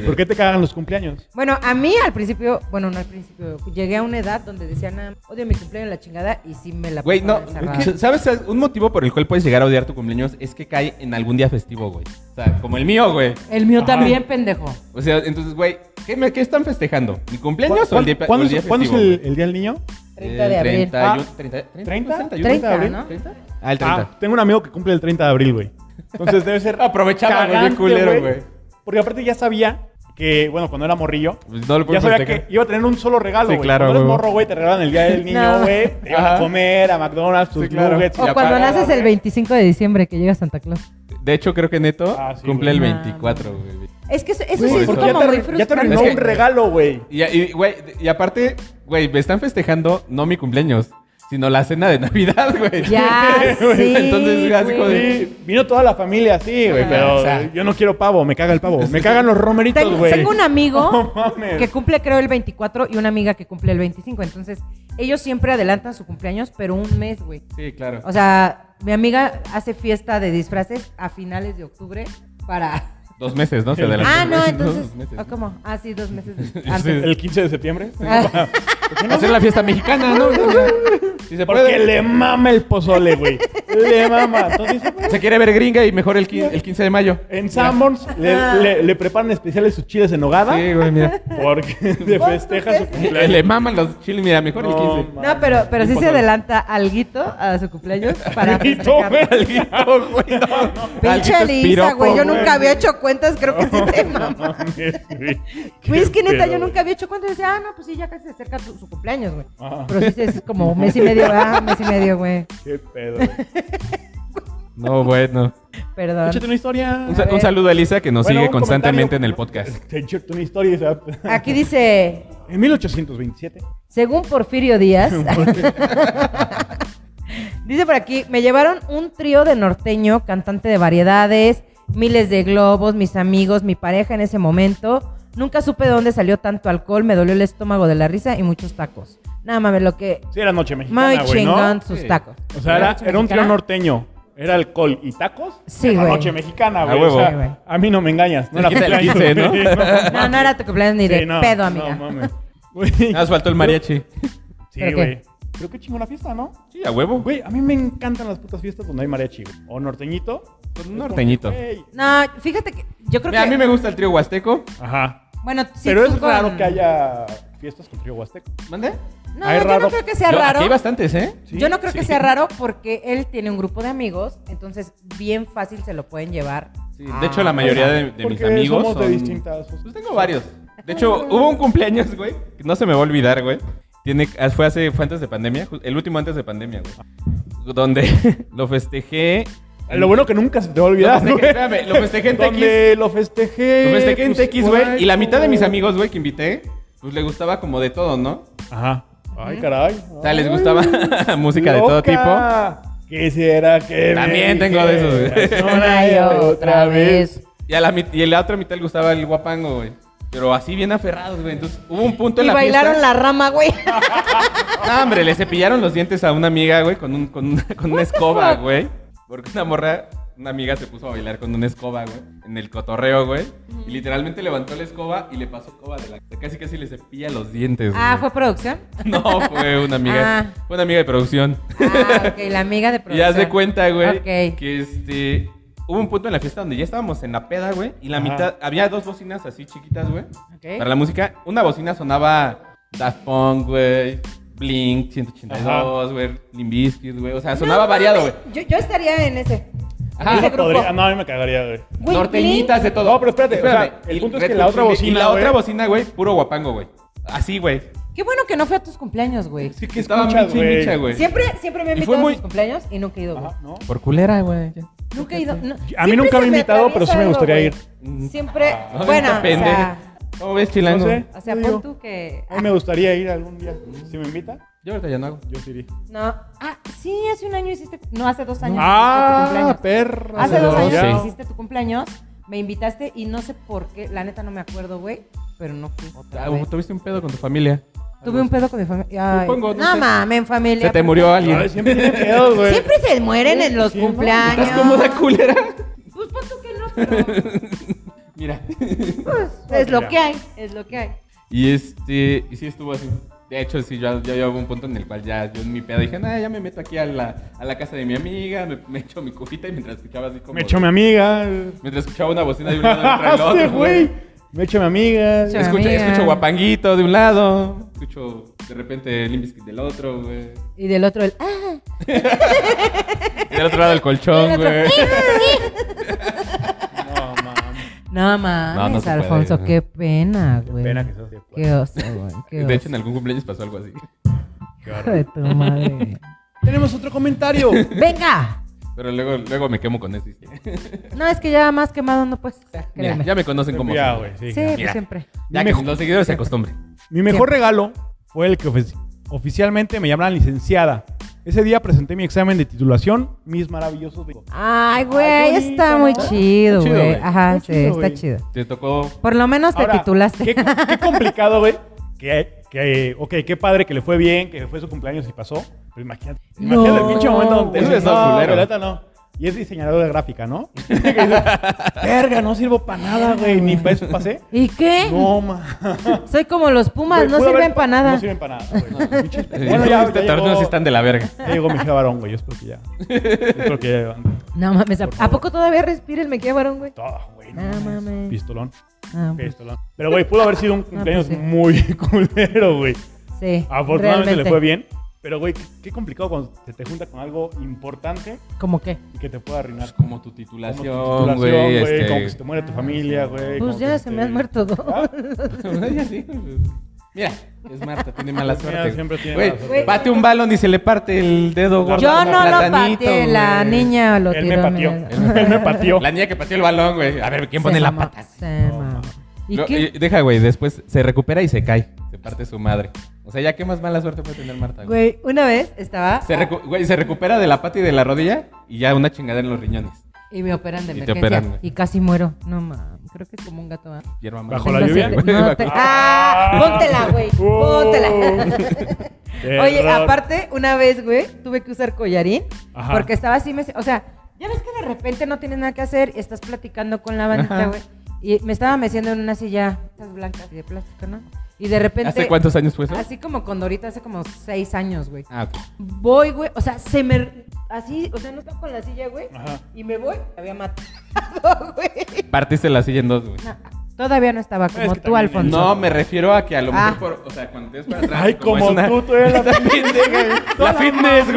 B: por qué te cagan los cumpleaños?
C: Bueno, a mí al principio, bueno, no al principio, llegué a una edad donde decía, nada, odio mi cumpleaños la chingada y sí me la
A: Güey, no.
C: pasaba encerrada.
A: es que, ¿Sabes? Un motivo por el cual puedes llegar a odiar tu cumpleaños es que cae en algún día festivo, güey. O sea, como el mío, güey.
C: El mío
B: Ajá.
C: también, pendejo.
A: O sea, entonces, güey, ¿qué, me- qué están festejando? ¿Mi cumpleaños o el día, o
B: ¿Cuándo
A: el día
B: es, cuándo es
A: festivo?
B: el,
A: güey?
B: el Día del Niño?
C: 30 de abril.
B: Ah.
A: 30, 30,
B: 30,
A: 31,
C: 30,
A: de abril,
C: ¿no?
A: 30. Ah, el 30.
B: Ah, tengo un amigo que cumple el 30 de abril, güey. Entonces debe ser
A: Aprovechaba, güey, bien
B: cagante,
A: culero, güey.
B: Porque aparte ya sabía que, bueno, cuando era morrillo,
A: Pues no lo
B: ya
A: puedes
B: sabía
A: festejar.
B: que iba a tener un solo regalo,
A: Sí,
B: güey.
A: claro,
B: Cuando eres
A: güey.
B: morro, güey, te regalan el día del niño,
C: No.
B: güey. Te iban a
A: Ajá.
B: comer a McDonald's, tus
A: Sí, claro.
B: nuggets. y
C: O
B: la
C: cuando
B: pagada,
C: naces el
B: güey.
C: 25 de diciembre que llega Santa Claus.
A: De hecho, creo que Neto
B: Ah, sí,
A: cumple
C: güey.
A: el 24, güey.
C: Es que eso, eso
B: Güey,
C: sí es
A: por
B: porque
C: como
B: ya,
C: muy
B: ter- ya
C: frustrante.
B: terminó
A: Es que-
B: un regalo, güey.
A: Y, y, güey, y aparte, güey, me están festejando no mi cumpleaños, sino la cena de Navidad, güey.
C: Ya, sí.
A: Entonces, así como de-
C: güey.
B: Sí, vino toda la familia así, güey,
C: Ajá.
B: pero
A: O sea,
B: yo no quiero pavo, me caga el pavo. Me cagan los romeritos,
C: Ten-
B: güey.
C: tengo un amigo
B: No mames.
C: que cumple creo el 24 y una amiga que cumple el 25. Entonces, ellos siempre adelantan su cumpleaños, pero un mes, güey.
A: Sí, claro.
C: O sea, mi amiga hace fiesta de disfraces a finales de octubre para...
A: dos meses, ¿no? Se adelantó.
C: Ah, no,
A: Dos
C: entonces...
A: meses.
C: ¿o ¿Cómo? Ah, sí, dos meses
A: Sí.
C: antes.
B: El 15 de septiembre.
C: Ah,
A: Hacer la fiesta mexicana, ¿no? Sí, Sí se
B: Porque
A: puede.
B: le mama el pozole, güey. Le mama. Entonces dice, "Bueno,
A: Se quiere ver gringa y mejor el, quin- el 15 de mayo.
B: en Sanborns le, le- le preparan especiales sus chiles en nogada
A: Ah. Sí, güey, mira.
B: porque le
C: ¿Vos
B: festeja su
C: tú crees?
A: Le,
B: cumpleaños.
A: le maman los chiles, mira, mejor el 15.
B: No,
C: No, pero, pero sí se
B: Imposible.
C: adelanta alguito a su cumpleaños para
B: Alguito,
C: festejar.
B: güey.
A: Alguito, güey, no. Alguito
C: Pinche
A: es
C: Elisa,
A: piropo,
C: güey. Yo
B: güey.
C: nunca había hecho cuentas, creo que sí te mamá.
B: mames, güey.
C: Güey, es que neta,
B: Qué
C: yo
B: pedo,
C: nunca había hecho cuentas. Y decía, ah, no, pues sí, ya casi se acerca su, su cumpleaños, güey.
B: Ajá.
C: Pero sí es como un mes y medio, ah, un mes y medio, güey.
B: Ah, Qué pedo. güey.
A: No, bueno.
C: Perdón.
B: Échate una historia.
A: Un, sa- un saludo a Elisa que Ah. nos
B: Bueno,
A: sigue
B: un
A: constantemente
B: comentario.
A: en el podcast.
B: Échate una historia. y se va-
C: Aquí dice,
B: En 1827.
C: según Porfirio Díaz, dice por aquí, me llevaron un trío de norteño, cantante de variedades, miles de globos, mis amigos, mi pareja en ese momento. Nunca supe de dónde salió tanto alcohol, me dolió el estómago de la risa y muchos tacos. Nada mames, lo que...
B: Sí, era noche
C: Muy
B: mexicana, güey, ¿no?
C: chingón sus
A: Sí.
C: tacos.
B: O sea, era,
C: ¿Noche
B: era un trío
C: mexicana?
B: norteño. Era alcohol y tacos.
C: Sí,
B: Era
C: güey.
B: noche mexicana,
A: A
B: güey.
A: huevo.
B: O sea,
C: Sí, güey.
B: a mí no me engañas. No era
A: Quita el
B: cumpleaños,
A: quince, ¿no?
B: güey,
C: No, no era tu cumpleaños ni de
B: Sí, no,
C: pedo, amiga.
B: No, mames. Güey.
A: Nos faltó el mariachi.
B: Sí,
C: ¿Pero
B: güey.
C: qué?
B: Pero qué chingona fiesta, ¿no?
A: Sí, a huevo.
B: Güey, a mí me encantan las putas fiestas donde hay mariachi. güey. O norteñito.
A: Con un Pues norteñito.
B: Güey.
C: No, fíjate que yo creo
A: Mira,
C: que...
A: a mí me gusta el trío huasteco.
B: Ajá.
C: Bueno, sí,
B: Pero
C: tú
B: es raro
C: con-
B: que haya fiestas con trío huasteco.
A: ¿Mande?
C: No,
B: hay
C: yo no
B: raro.
C: creo que sea
A: Yo-
C: raro.
A: Aquí hay bastantes, ¿eh?
B: Sí,
C: yo no creo que
B: sí.
C: sea raro porque él tiene un grupo de amigos, entonces bien fácil se lo pueden llevar. Ah,
A: Sí,
C: a-
A: de hecho, la mayoría de, de mis
B: Porque
A: amigos.
B: somos de
A: son-
B: distintas-
A: Pues tengo varios. De hecho, hubo un cumpleaños, güey, que no se me va a olvidar, güey. Tiene, ah, fue hace, fue antes de pandemia, ju- el último antes de pandemia, güey. Donde lo festejé.
B: Ah, Eh, Lo bueno que nunca se te va a olvidar,
A: Lo festejé-
B: güey.
A: espérame, lo festejé en
B: Donde Lo festejé.
A: Lo festejé en
B: pues,
A: TX, güey. Y la mitad de mis
B: güey.
A: amigos, güey, que invité, pues le gustaba como de todo, ¿no?
B: Ajá. Ay, caray.
A: O sea, les gustaba música de todo tipo.
B: Quisiera que.
A: También tengo de esos,
B: güey.
C: Una y otra vez.
A: Y a la, mit- y a la otra mitad le gustaba el guapango, güey. Pero así bien aferrados, güey. Entonces hubo un punto en
C: Y
A: la
C: bailaron
A: fiesta.
C: la rama, güey.
A: No, Ah, hombre, le cepillaron los dientes a una amiga, güey, con, un, con, una, con una escoba, güey. Porque una morra, una amiga se puso a bailar con una escoba, güey, en el cotorreo, güey. Y literalmente levantó la escoba y le pasó escoba de la... Casi casi le cepilla los dientes, güey.
C: ah, ¿fue producción?
A: No, fue una amiga.
C: Ah.
A: Fue una amiga de producción.
C: Ah, ok, la amiga de
A: Y
C: producción.
A: haz de cuenta, güey,
C: Ok.
A: que este... Hubo un punto en la fiesta donde ya estábamos en la peda, güey, y la
B: Ajá.
A: mitad... Había dos bocinas así chiquitas, güey,
C: Ok.
A: para la música. Una bocina sonaba Daft Punk, güey, Blink 182, güey, Limp Bizkit, güey. O sea, sonaba
C: No,
A: variado, güey.
C: mames, Yo, yo estaría en ese.
A: Ajá.
C: ese
B: No,
C: grupo.
B: podría- no, a mí me cagaría, güey.
C: Güey,
A: Norteñitas de todo.
B: No, pero espérate, o sea, el
A: Y
B: punto es que
A: Red
B: la
A: Hot
B: otra
A: Chili- Y
B: bocina,
A: la
B: güey.
A: otra bocina, güey, puro guapango, güey. Así, güey.
C: Blink. Qué bueno que no fue a tus cumpleaños, güey.
B: Sí, que
A: Estaba
B: escuchas,
A: micha y micha, güey.
C: Siempre, siempre me han
A: Y fue
C: invitado a
A: muy-
C: tus cumpleaños y nunca he ido, güey.
B: Ajá, ¿no?
A: Por culera, güey. ya.
C: Nunca he ido.
B: Ah, A
C: no-
B: mí
C: siempre
B: nunca me
C: se
B: han invitado,
C: atraviesa
B: pero sí me
C: algo,
B: gustaría
C: güey.
B: ir. Mm. Ah,
C: Siempre,
A: No,
C: bueno,
A: esta
C: o
A: pendeja.
C: sea,
A: ¿Cómo ves, chilango?
B: No sé.
C: o sea,
B: Yo
C: pon
B: digo,
C: tú que...
B: A mí me gustaría ir algún día. Si me invitan,
A: Yo ahorita ya no hago.
B: yo sí iría.
C: No, ah, sí, hace un año hiciste, no, hace dos años. hiciste tu
B: Ah,
C: cumpleaños.
B: perra.
C: Hace dos años
A: Sí.
C: que hiciste tu cumpleaños, me invitaste y no sé por qué, la neta no me acuerdo, güey, pero no fui. Otra
A: Ah,
C: vez.
A: Tuviste un pedo con tu familia.
C: Tuve un pedo con mi familia. Ay,
A: Supongo, no
C: no
A: sé.
C: mames, en familia.
A: Se te murió alguien.
B: Ay, siempre tiene miedo, güey.
C: Siempre se mueren en los
B: Sí, ¿no?
C: cumpleaños.
A: ¿Estás cómoda, culera?
C: Pues pon tú que no, pero
A: Mira.
C: pues, es lo
B: mira.
C: que hay, es lo que hay.
A: Y este, y sí estuvo así. De hecho, sí, ya, ya hubo un punto en el cual ya yo en mi pedo dije, nada, ya me meto aquí a la, a la casa de mi amiga, me, me echo mi cubita y mientras escuchaba así como...
B: Me echo mi amiga.
A: Mientras escuchaba una bocina de un lado contra el
B: Sí,
A: otro,
B: güey. Me echo mi amiga.
C: Sí.
A: Escucho,
C: Amiga.
A: escucho guapanguito de un lado, escucho de repente Limbiskit del otro, güey.
C: Y del otro el, ah,
A: Y del otro lado el colchón,
C: Del otro-
A: güey.
B: No, mames.
C: no mames,
A: No, no se puede,
C: Alfonso,
A: ¿no?
C: qué pena, güey.
B: Pena que seas de
C: Qué
B: plata.
C: oso, güey. Qué oso.
A: De hecho, en algún cumpleaños pasó algo así.
B: Qué
C: Hijo
B: horror.
C: de tu madre.
B: Tenemos otro comentario.
C: Venga.
A: Pero luego, luego me quemo con eso. ¿sí?
C: No, es que ya más quemado no puedes estar,
A: Mira,
C: créeme.
A: ya me conocen como...
B: Ya,
A: soy.
B: güey, sí,
C: sí,
B: ya.
C: pues
A: Mira.
C: siempre.
A: Ya que los seguidores se acostumbren.
B: Mi mejor regalo fue el que ofici- oficialmente me llamaron licenciada. Ese día presenté mi examen de titulación, mis maravillosos... ve-
C: Ay,
B: Ay,
C: güey,
B: qué
C: está
B: bonito,
C: muy
B: ¿no?
C: chido,
A: Está chido,
C: güey.
A: güey.
C: Ajá,
B: Está
C: sí,
B: chido,
C: está
B: güey.
C: chido.
A: Te tocó...
C: Por lo menos te
B: Ahora,
C: titulaste.
B: Qué, qué complicado, güey. Que, que, ok, qué padre que le fue bien, que fue su cumpleaños y pasó. Pero imagínate,
C: No.
B: imagínate el pinche momento donde...
A: Eso es
B: no,
A: culero.
B: la neta no. Y es diseñador de gráfica, ¿no? Y dice, Verga, no sirvo para nada, güey. Ni para eso pasé.
C: ¿Y qué?
B: No, ma.
C: Soy como los Pumas,
B: Güey,
C: ¿Eh? no
B: pudo
C: sirven
B: haber-
C: para nada.
B: No sirven para nada, güey. Pinches-
A: Sí,
B: Bueno, ya,
A: este
B: ya
A: torneo
B: llegó-
A: sí están de la verga.
B: ya llegó mi varón, güey. Yo espero que ya. Yo espero que ya levante.
C: No mames, ¿a,
B: Por
C: ¿a
B: favor.
C: poco todavía respira el Mejía Barón, güey?
B: Todo, güey.
C: Ah,
B: No mames.
C: mames.
B: Pistolón.
C: Ah, pues,
B: Pistolón. Pero, güey, pudo haber sido un cumpleaños
C: pues sí.
B: muy culero, güey.
C: sí.
B: Afortunadamente
C: realmente.
B: le fue bien. Pero, güey, qué- qué complicado cuando se te junta con algo importante
C: ¿Cómo qué?
B: y que te pueda arruinar.
A: Pues como
B: Como
A: tu
B: tu
A: titulación,
B: titulación,
A: güey. este-
B: Como que se te muere tu familia, güey.
C: Pues
B: como
C: ya
B: que
C: se
B: te-
C: me han muerto dos.
B: Ah,
A: Ya sí, pues. Mira, es Marta, tiene mala
B: Mira,
A: suerte.
B: siempre tiene
A: Güey,
B: mala suerte.
A: bate un balón y se le parte el dedo gordo.
C: Yo
A: como
C: no lo
A: platanito,
C: pateé, la
A: güey.
C: niña lo
B: Él me
C: tiró.
B: pateó.
C: mira.
B: Él me pateó.
A: La niña que pateó el balón, güey. A ver, ¿quién pone
C: Se
A: la
C: mamó,
A: pata?
C: se
B: No,
C: mamó. ¿Y
A: No,
C: qué?
A: y- deja, güey, después se recupera y se cae. Se parte su madre. O sea, ya qué más mala suerte puede tener Marta, güey.
C: Güey, una vez estaba
A: Se, recu- güey, se recupera de la pata y de la rodilla y ya una chingadera en los riñones.
C: y me operan de
A: Y te
C: emergencia
A: operan, güey.
C: y casi muero. No mames, creo que es como un gato. ¿ah?
A: Hierba mala.
B: ¿Bajo la
C: Tengo
B: lluvia?
C: siete- no, te- Ah, póntela, güey. Póntela. Oye,
B: Uh. Error.
C: aparte, una vez, güey, tuve que usar collarín
B: Ajá.
C: porque estaba así, me- o sea, ya ves que de repente no tienes nada que hacer y estás platicando con la
A: Ajá.
C: bandita, güey. Y me estaba meciendo en una silla, estas blancas y de plástico, ¿no? Y de repente...
A: ¿Hace cuántos años fue eso?
C: Así como con Dorita, hace como seis años, güey.
A: Ah, ok.
C: Voy, güey, o sea, se me... Así, o sea, no estaba con la silla, güey.
B: Ajá.
C: Y me voy, me había matado, güey.
A: Partiste la silla en dos, güey.
C: No, todavía no estaba como
B: que
C: tú,
B: también
C: Alfonso.
A: No, me refiero a que a lo
C: Ah.
A: mejor, por- o sea, cuando te ves para atrás.
B: Ay, como,
A: es una-
B: tú, tú eres la fitness, güey.
A: La fitness,
B: No,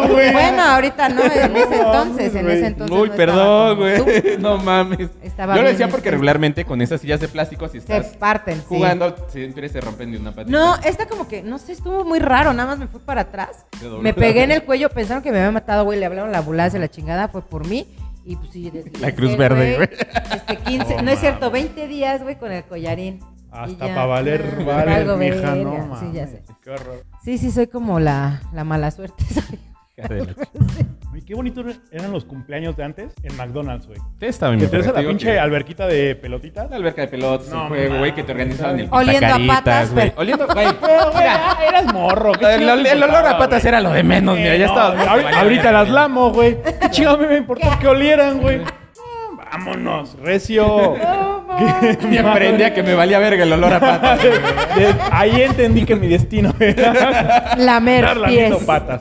A: güey.
B: güey.
C: Bueno, ahorita no, en ese
B: No,
C: entonces, en
B: güey.
C: ese entonces.
A: Uy,
C: no
A: perdón,
C: estaba como
A: güey. No mames.
C: Estaba
A: Yo lo
C: bien
A: decía porque
C: expuesto.
A: regularmente con esas sillas de plástico, si
C: tú. Se
A: estás
C: parten, sí.
A: jugando, siempre se rompen de una patita.
C: No, esta como que, no sé, estuvo muy raro, nada más me fui para atrás.
A: Te dobló.
C: Me pegué en el cuello, pensaron que me había matado, güey, le hablaron la ambulancia, la chingada, fue por mí. Y pues sí, deslincé,
A: La Cruz Verde, güey.
C: Este 15,
B: No
C: no, es cierto,
B: mames.
C: 20 días, güey, con el collarín. Y
B: Hasta
C: ya,
B: para valer,
C: ah,
B: valer,
C: valgo
B: mija,
C: verga,
B: no, mames.
C: Sí, ya sé.
B: Qué horror.
C: Sí, sí, soy como la, la mala suerte. soy.
A: Hija de la ch-
B: Güey, qué bonitos eran los cumpleaños de antes en McDonald's, güey.
A: Ustedes estaban
B: Que
A: bien,
B: te ves a la
A: digo
B: pinche
A: que-
B: alberquita de pelotitas.
A: Una alberca de pelotas,
B: No,
A: un juego, güey,
B: mames.
A: que te organizaban el
C: Oliendo a
A: pintacaritas,
C: patas,
A: güey.
C: pero-
A: Oliendo, güey.
B: Pero, güey,
A: Mira,
B: ya eras morro. qué
A: el,
B: chingados
A: ol-
B: te
A: el olor a
B: importaba,
A: patas
B: güey.
A: era lo de menos, mira, ya
B: Eh, no,
A: estaba.
B: güey, ahorita- ahorita las lamo, güey. Qué chingados me importó que olieran, güey. No, Vámonos, recio.
A: Me aprendí a que me valía verga el olor a patas. güey.
B: Eh, De- ahí entendí que mi destino era
C: Lamer
B: andar lamiendo
C: pies.
B: patas.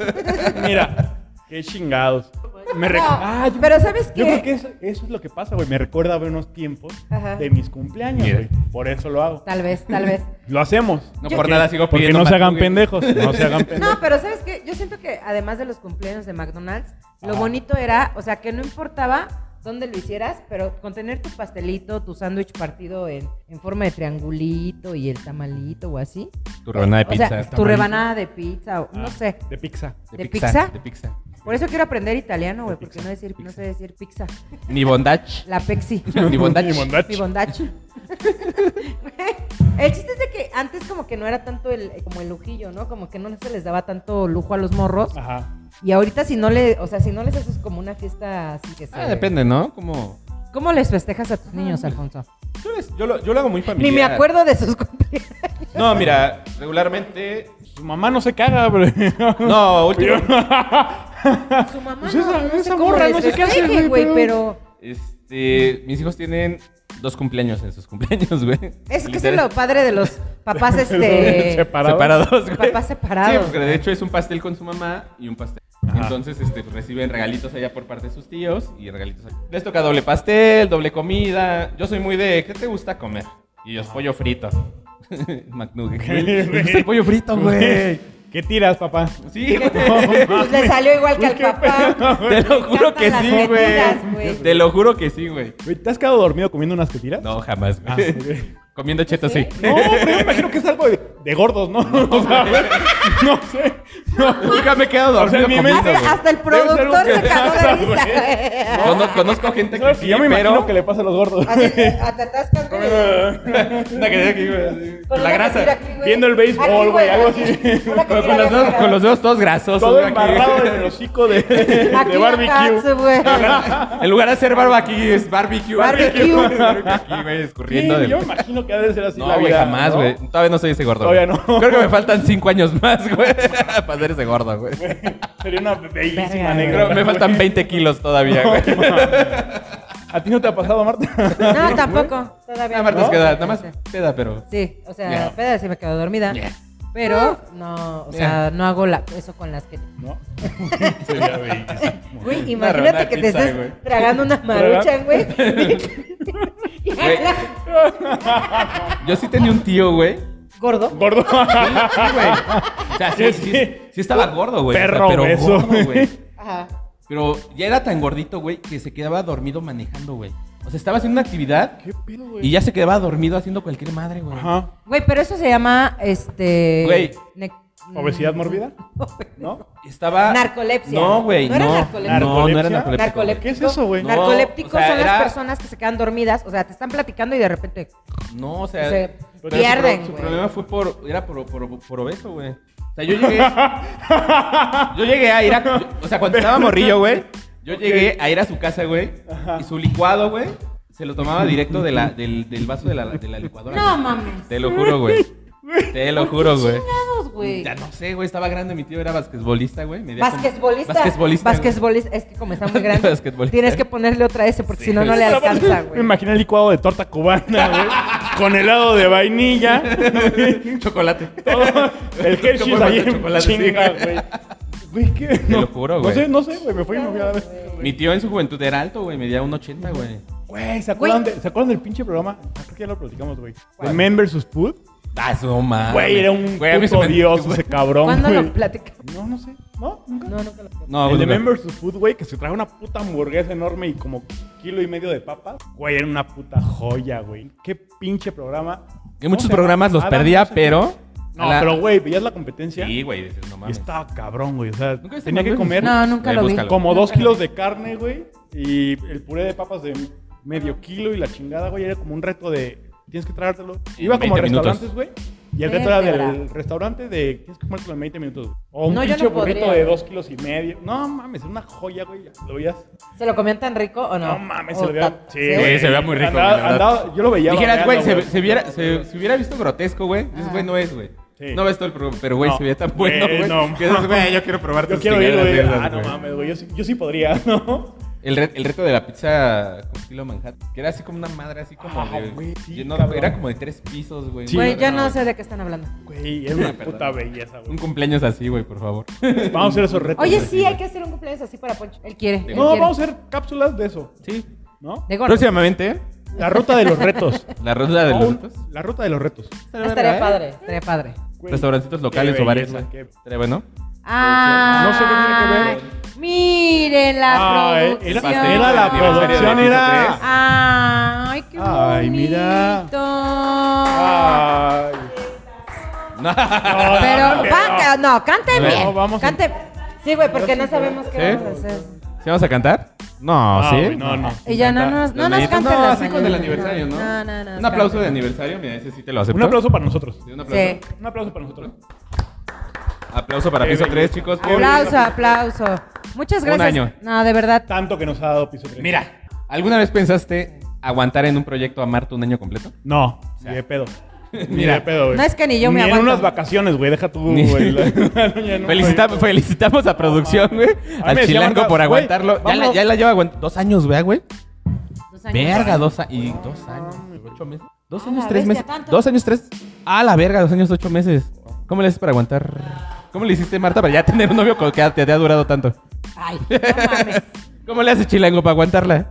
B: Mira, qué chingados. Me rec-
C: No,
B: Ah, yo-
C: pero ¿sabes
B: Yo
C: qué?
B: creo que eso, eso es lo que pasa, güey. Me recuerda a unos tiempos
C: Ajá.
B: de mis cumpleaños,
A: Mira.
B: güey. Por eso lo hago.
C: Tal vez, tal vez.
B: Lo hacemos.
A: No
C: Yo-
A: por nada sigo
B: Porque
A: pidiendo
B: no se
A: más,
B: hagan
A: güey.
B: pendejos. No se hagan pendejos.
C: No, pero ¿sabes qué? Yo siento que además de los cumpleaños de McDonald's, lo
B: Ajá.
C: bonito era, o sea, que no importaba dónde lo hicieras, pero con tener tu pastelito, tu sándwich partido en, en forma de triangulito y el tamalito o así.
A: Tu rebanada de pizza.
C: o sea, tu
A: tamalito.
C: rebanada de pizza, o, no
B: Ah,
C: sé.
B: De pizza.
C: ¿de pizza?
A: De pizza.
C: Por eso quiero aprender italiano, güey, porque
B: pizza,
C: no, decir, no sé decir pizza.
A: Ni bondage.
C: La pexi.
A: Ni bondage.
B: Ni bondage.
C: Mi bondachi. el chiste es de que antes como que no era tanto el, como el lujillo, ¿no? Como que no se les daba tanto lujo a los morros.
B: Ajá.
C: Y ahorita si no le, o sea, si no les haces como una fiesta así que se...
A: Ah, depende, ¿no? Como...
C: ¿Cómo les festejas a tus niños, Alfonso?
A: Yo, les- yo lo, yo lo hago muy
C: Ni
A: familiar.
C: me acuerdo de sus cumpleaños.
A: No, mira, regularmente...
B: Su mamá no se caga, bro.
A: No, último...
C: Su mamá
B: Pues
C: no,
B: esa-
C: no sé
B: esa
C: cómo
B: morra
C: les
B: no sé qué hace,
C: festeje,
B: güey,
C: güey, pero...
A: Este, mis hijos tienen dos cumpleaños en sus cumpleaños, güey.
C: Es que eso es
A: Literal.
C: lo padre de los papás, este...
B: Separados.
A: Separados, güey.
C: Papás separados.
A: Sí, porque de hecho es un pastel con su mamá y un pastel.
B: Ajá.
A: Entonces, este, reciben regalitos allá por parte de sus tíos y regalitos aquí. Les toca doble pastel, doble comida. Yo soy muy de, ¿qué te gusta comer? Y ellos, pollo frito. McNugget. güey. Me gusta el pollo frito, güey.
B: ¿Qué tiras, papá?
A: Sí, güey.
C: Pues le salió igual que al papá.
A: Te lo juro
C: encantan
A: que
C: las
A: sí,
C: verduras,
A: güey.
C: güey.
A: Te lo juro que sí, güey.
B: Güey, ¿Te has quedado dormido comiendo unas que tiras?
A: No, jamás,
B: Ah,
A: güey.
B: ok.
A: Comiendo chetos, sí.
B: No, pero yo me imagino que es algo de, de gordos, ¿no? O sea, no sé. No.
A: Nunca me he quedado
B: O sea,
A: dormido
B: en mi
A: comiendo,
B: mente-
A: güey.
C: Hasta, hasta el
B: Debe ser un
C: productor se cagó de
B: desastre,
C: risa, güey.
A: Cono- conozco gente que
B: ¿Sabes?
A: sí,
B: yo me
A: pero...
B: imagino que le pasa a los gordos.
C: Así, te- hasta atascas, güey.
A: Una que tiene aquí, güey, así.
C: Con
A: La
C: una tira
A: grasa.
C: aquí, güey.
B: Viendo el béisbol,
C: Aquí,
B: güey, algo así.
C: Una que
A: Con, con los
C: tira de
A: dedos,
C: acá.
A: con los dedos todos grasosos.
B: Todo
A: güey,
B: embarrado en el
A: aquí.
B: hocico de, de
C: Aquí la
B: barbecue.
C: cats, güey.
A: En lugar de hacer barbecue, es barbecue.
C: Barbecue.
A: Barbecue aquí, güey,
B: Sí,
A: escurriendo. del-
B: yo me imagino que ha de ser así
A: No,
B: la
A: güey,
B: vida.
A: jamás,
B: ¿no?
A: güey. Todavía no soy ese gordo.
B: Todavía
A: güey.
B: no.
A: Creo que me faltan cinco años más, güey. para gordas, eres de gordo, güey.
B: Sería una bellísima
C: Verga,
B: negra.
A: Creo- Me faltan 20 kilos todavía, güey.
B: pues, ¿A ti no te ha pasado, Marta?
C: No, tampoco. Todavía.
A: Nada más
C: no.
A: nos queda, nada más queda, pero.
C: Sí, o sea,
A: Yeah.
C: peda sí me quedo dormida.
A: Yeah.
C: Pero no, o sea, no hago la, eso con las que.
B: No. Sería bellísimo.
C: Güey,
A: Una
C: imagínate
A: rebanada
C: que te
A: pizza,
C: estés
A: güey.
C: tragando una maruchan, güey. Y la-
A: Yo sí tenía un tío, güey.
C: Gordo.
B: Gordo.
A: Sí, güey. O sea, sí, sí, sí, sí estaba gordo, güey. O sea,
B: Perro
A: pero
B: obeso,
A: gordo, güey.
C: Ajá.
A: Pero ya era tan gordito, güey, que se quedaba dormido manejando, güey. O sea, estaba haciendo una actividad
B: ¿Qué pedo, güey?
A: y ya se quedaba dormido haciendo cualquier madre, güey.
B: Ajá.
C: Güey, pero eso se llama este.
A: Güey.
C: ne- mm,
B: ¿Obesidad mórbida? ¿No?
A: Estaba.
C: Narcolepsia.
A: No, güey. No,
C: ¿No era
A: no,
C: narcolepsia?
A: no era
B: ¿Narcolepsia?
A: narcolepsia.
C: Narcoléptico.
B: ¿Qué es eso, güey?
A: No,
C: Narcolépticos
A: o sea,
C: son las
A: era-
C: personas que se quedan dormidas. O sea, te están platicando y de repente.
A: güey. No, o sea.
C: Se
A: pero Su, pro-
C: pierden,
A: su
C: güey.
A: problema fue por. Era por, por, por obeso, güey. O sea, yo llegué. yo llegué a ir a. O sea, cuando estaba morrillo, güey. Yo llegué a ir a su casa, güey. Y su licuado, güey. Se lo tomaba directo de la, del, del vaso de la, de la licuadora.
C: No
A: güey.
C: mames.
A: Te lo juro, güey. Te lo juro, güey.
C: Chingados, güey.
A: Ya no sé, güey, estaba grande, mi tío era basquetbolista, güey. medía como-
C: Basquetbolista.
A: Basquetbolista. güey.
C: Basquetbolista. Es que como está muy grande.
A: Basquetbolista.
C: Tienes que ponerle otra S porque si no, no le
B: Pero
C: alcanza,
B: Me
C: güey.
B: imaginé el licuado de torta cubana, güey. con helado de vainilla.
A: Chocolate.
B: todo. El Hershey's
A: Chocolate,
B: ahí en
A: chocolate, sí,
B: chinga,
A: güey.
B: güey. Güey, ¿qué?
A: lo juro,
B: No
A: güey.
B: sé, no sé, güey. Me fui y me fui a la vez.
A: Mi tío en su juventud era alto, güey, medía un 80, güey.
B: Güey, ¿se acuerdan,
C: Güey.
B: de- ¿se acuerdan del pinche programa? Ah, Creo que ya lo platicamos, güey.
A: ¿Cuál?
B: El Men vs. Food.
A: Ah, no mames.
B: Güey, era un
A: Güey, a mí se
B: puto
A: me-
B: dios
A: güey.
B: ese cabrón,
C: ¿Cuándo
B: güey.
C: lo platicas?
B: No, no sé. ¿No? ¿Nunca?
C: No, nunca lo platicas.
A: No,
B: el
A: güey,
B: de
A: no.
B: Men vs. Food, güey, que se trae una puta hamburguesa enorme y como kilo y medio de papas. Güey, era una puta joya, güey. Qué pinche programa.
A: Que muchos
B: ¿Cómo se
A: programas
B: llama?
A: los
B: Adam,
A: perdía,
B: no sé qué.
A: pero.
B: No,
A: a la-
B: pero güey, veías la competencia
A: Sí, güey, dices, no
B: y
A: mames.
B: estaba cabrón, güey. O sea,
A: ¿Nunca viste
B: tenía que
A: Men vs.
B: comer
A: Food?
C: No, nunca
A: Güey,
C: lo vi.
A: búscalo.
B: como dos kilos de carne, güey, y el puré de papas de medio kilo y la chingada, güey. Era como un reto de tienes que tragártelo.
A: En
B: Iba como a
A: 20 minutos.
B: restaurantes, güey. Y el reto era
C: Vértebra.
B: del restaurante de tienes que comértelo en 20 minutos. güey. O un
C: No, yo
B: pinche
C: no
B: burrito
C: podría,
B: de
C: güey.
B: dos kilos y medio. No mames, era una joya, güey. Lo veías.
C: ¿Se lo comían tan rico o no?
B: No mames,
C: O
B: se lo veía.
C: ta-
B: Sí,
C: ¿sí?
A: güey, se veía muy rico,
B: Andaba-
A: güey, la verdad.
B: andaba- yo lo veía.
A: Dijeras, güey,
B: babeando,
A: se, se viera, se, se hubiera visto grotesco, güey. Dices,
C: Ajá.
A: güey, no es, güey.
B: Sí.
A: No ves todo el programa, pero, güey,
B: No,
A: se veía tan bueno,
B: güey,
A: güey.
B: no,
A: que dices, güey, yo quiero probar
B: Yo
A: tus
B: quiero ir,
A: cigarras
B: güey.
A: de esas,
B: Ah, no
A: güey.
B: mames, güey. Yo, sí- yo sí podría, ¿no?
A: El, re- el reto de la pizza con estilo Manhattan, que era así como una madre, así como
B: Ah,
A: de-
B: güey, sí,
A: yo no-
B: cabrón.
A: era como de tres pisos, güey.
B: Sí.
C: Güey, yo no
A: güey.
C: sé de qué están hablando.
B: Güey, era una
A: Perdón.
B: puta belleza,
A: Un
B: güey.
A: cumpleaños así, güey, por favor.
B: Vamos a hacer esos retos.
C: Oye,
B: güey.
C: sí, hay que hacer un cumpleaños así para Poncho. Él quiere. él
B: No,
C: quiere.
B: vamos a hacer cápsulas de eso,
A: Sí.
B: ¿no?
C: De gordo.
A: Próximamente,
B: La ruta de los retos.
A: la ruta de los
B: Aún-
A: retos.
B: La ruta de los retos.
C: Estaría padre,
B: ¿Eh?
C: estaría padre.
B: Güey,
A: Restaurancitos locales
B: qué
A: o bares,
B: belleza,
A: güey.
B: qué-
A: Estaría bueno.
C: Ah,
B: sé qué tiene que
C: Miren la
B: Ah,
C: producción.
B: era,
A: producción.
B: era la producción, era.
C: Ay, qué bonito.
B: Ay, mira. Ah. Ay.
A: No.
C: Pero,
B: no,
C: va, ca- no, canten
A: No,
C: bien.
B: vamos a-
C: Canten. Sí, güey, porque no sabemos qué
A: ¿Sí?
C: vamos a hacer.
A: ¿Sí vamos a cantar? No,
B: Ah,
A: ¿sí?
B: güey, No, no.
C: Y ya no nos,
A: Los
C: no nos
A: mañanitos,
C: canten
A: No,
C: las
A: así con el
C: mañanitas.
A: aniversario, ¿no?
C: No, no, no.
A: Un aplauso de
C: canten.
A: aniversario, mira, ese sí te lo acepto.
B: Un aplauso para nosotros.
A: Sí, un aplauso.
C: Sí.
B: Un aplauso para nosotros.
A: Aplauso para
B: Qué
A: piso 3,
B: belleza.
A: chicos.
B: Qué
C: Aplauso, aplauso. Muchas
A: Un
C: gracias.
A: año.
C: No, de verdad.
B: Tanto que nos ha dado piso 3.
A: Mira, ¿alguna vez pensaste aguantar en un proyecto a Marta un año completo?
B: No, ni de pedo. Ni
A: Mira.
B: de pedo, güey.
C: No es que ni yo me
B: Ni en
C: aguanto.
B: unas vacaciones, güey. Deja tú,
A: Ni-
B: güey. la- ni en un
A: Felicita-
B: proyecto.
A: felicitamos a producción, güey.
B: A mí me
A: Al
B: decía
A: chilango
B: Marta,
A: por
B: güey,
A: aguantarlo. Ya la,
B: vámonos.
A: ya la lleva aguant- dos años, vea, güey.
C: Dos años.
A: Verga, dos, a- y dos años, ocho meses. Dos
C: A
A: años,
C: la
A: tres
C: bestia,
A: meses.
C: ¿tanto?
A: Dos años, tres. Ah, la verga, dos años, ocho meses. ¿Cómo le haces para aguantar? ¿Cómo le hiciste, Marta, para ya tener un novio con- que te, te ha durado tanto?
C: Ay, no mames.
A: ¿Cómo le haces, Chilango, para aguantarla?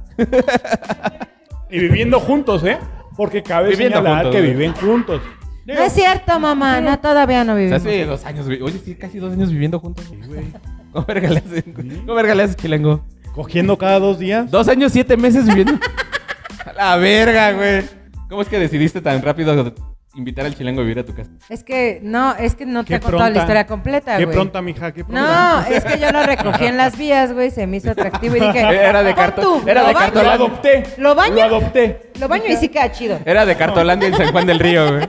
B: Y viviendo juntos, ¿eh? Porque cabe
A: Viviendo
B: señalar
A: juntos,
B: que
A: güey.
B: viven juntos.
C: No es cierto, mamá. No, todavía no
A: O sea,
C: vivimos.
A: hace dos años, güey. Oye, sí, casi dos años viviendo juntos. ¿Cómo verga le haces, ¿Cómo verga le haces, Chilango?
B: Cogiendo cada dos días.
A: Dos años, siete meses viviendo. A la verga, güey. ¿Cómo es que decidiste tan rápido invitar al Chilango a vivir a tu casa?
C: Es que no, es que no te he contado la historia completa,
B: Qué
C: güey.
B: pronta, mija, qué pronta.
C: No, es que yo lo recogí en las vías, güey, se me hizo atractivo y dije,
A: Era de
C: "Pon
A: cartón-
C: tú,
A: era
C: lo
A: de
C: baño,
B: Lo
A: cartolán.
B: adopté.
C: ¿Lo baño?
B: Lo adopté.
C: Lo baño y sí queda chido.
A: Era de Cartolandia y San Juan del Río, güey.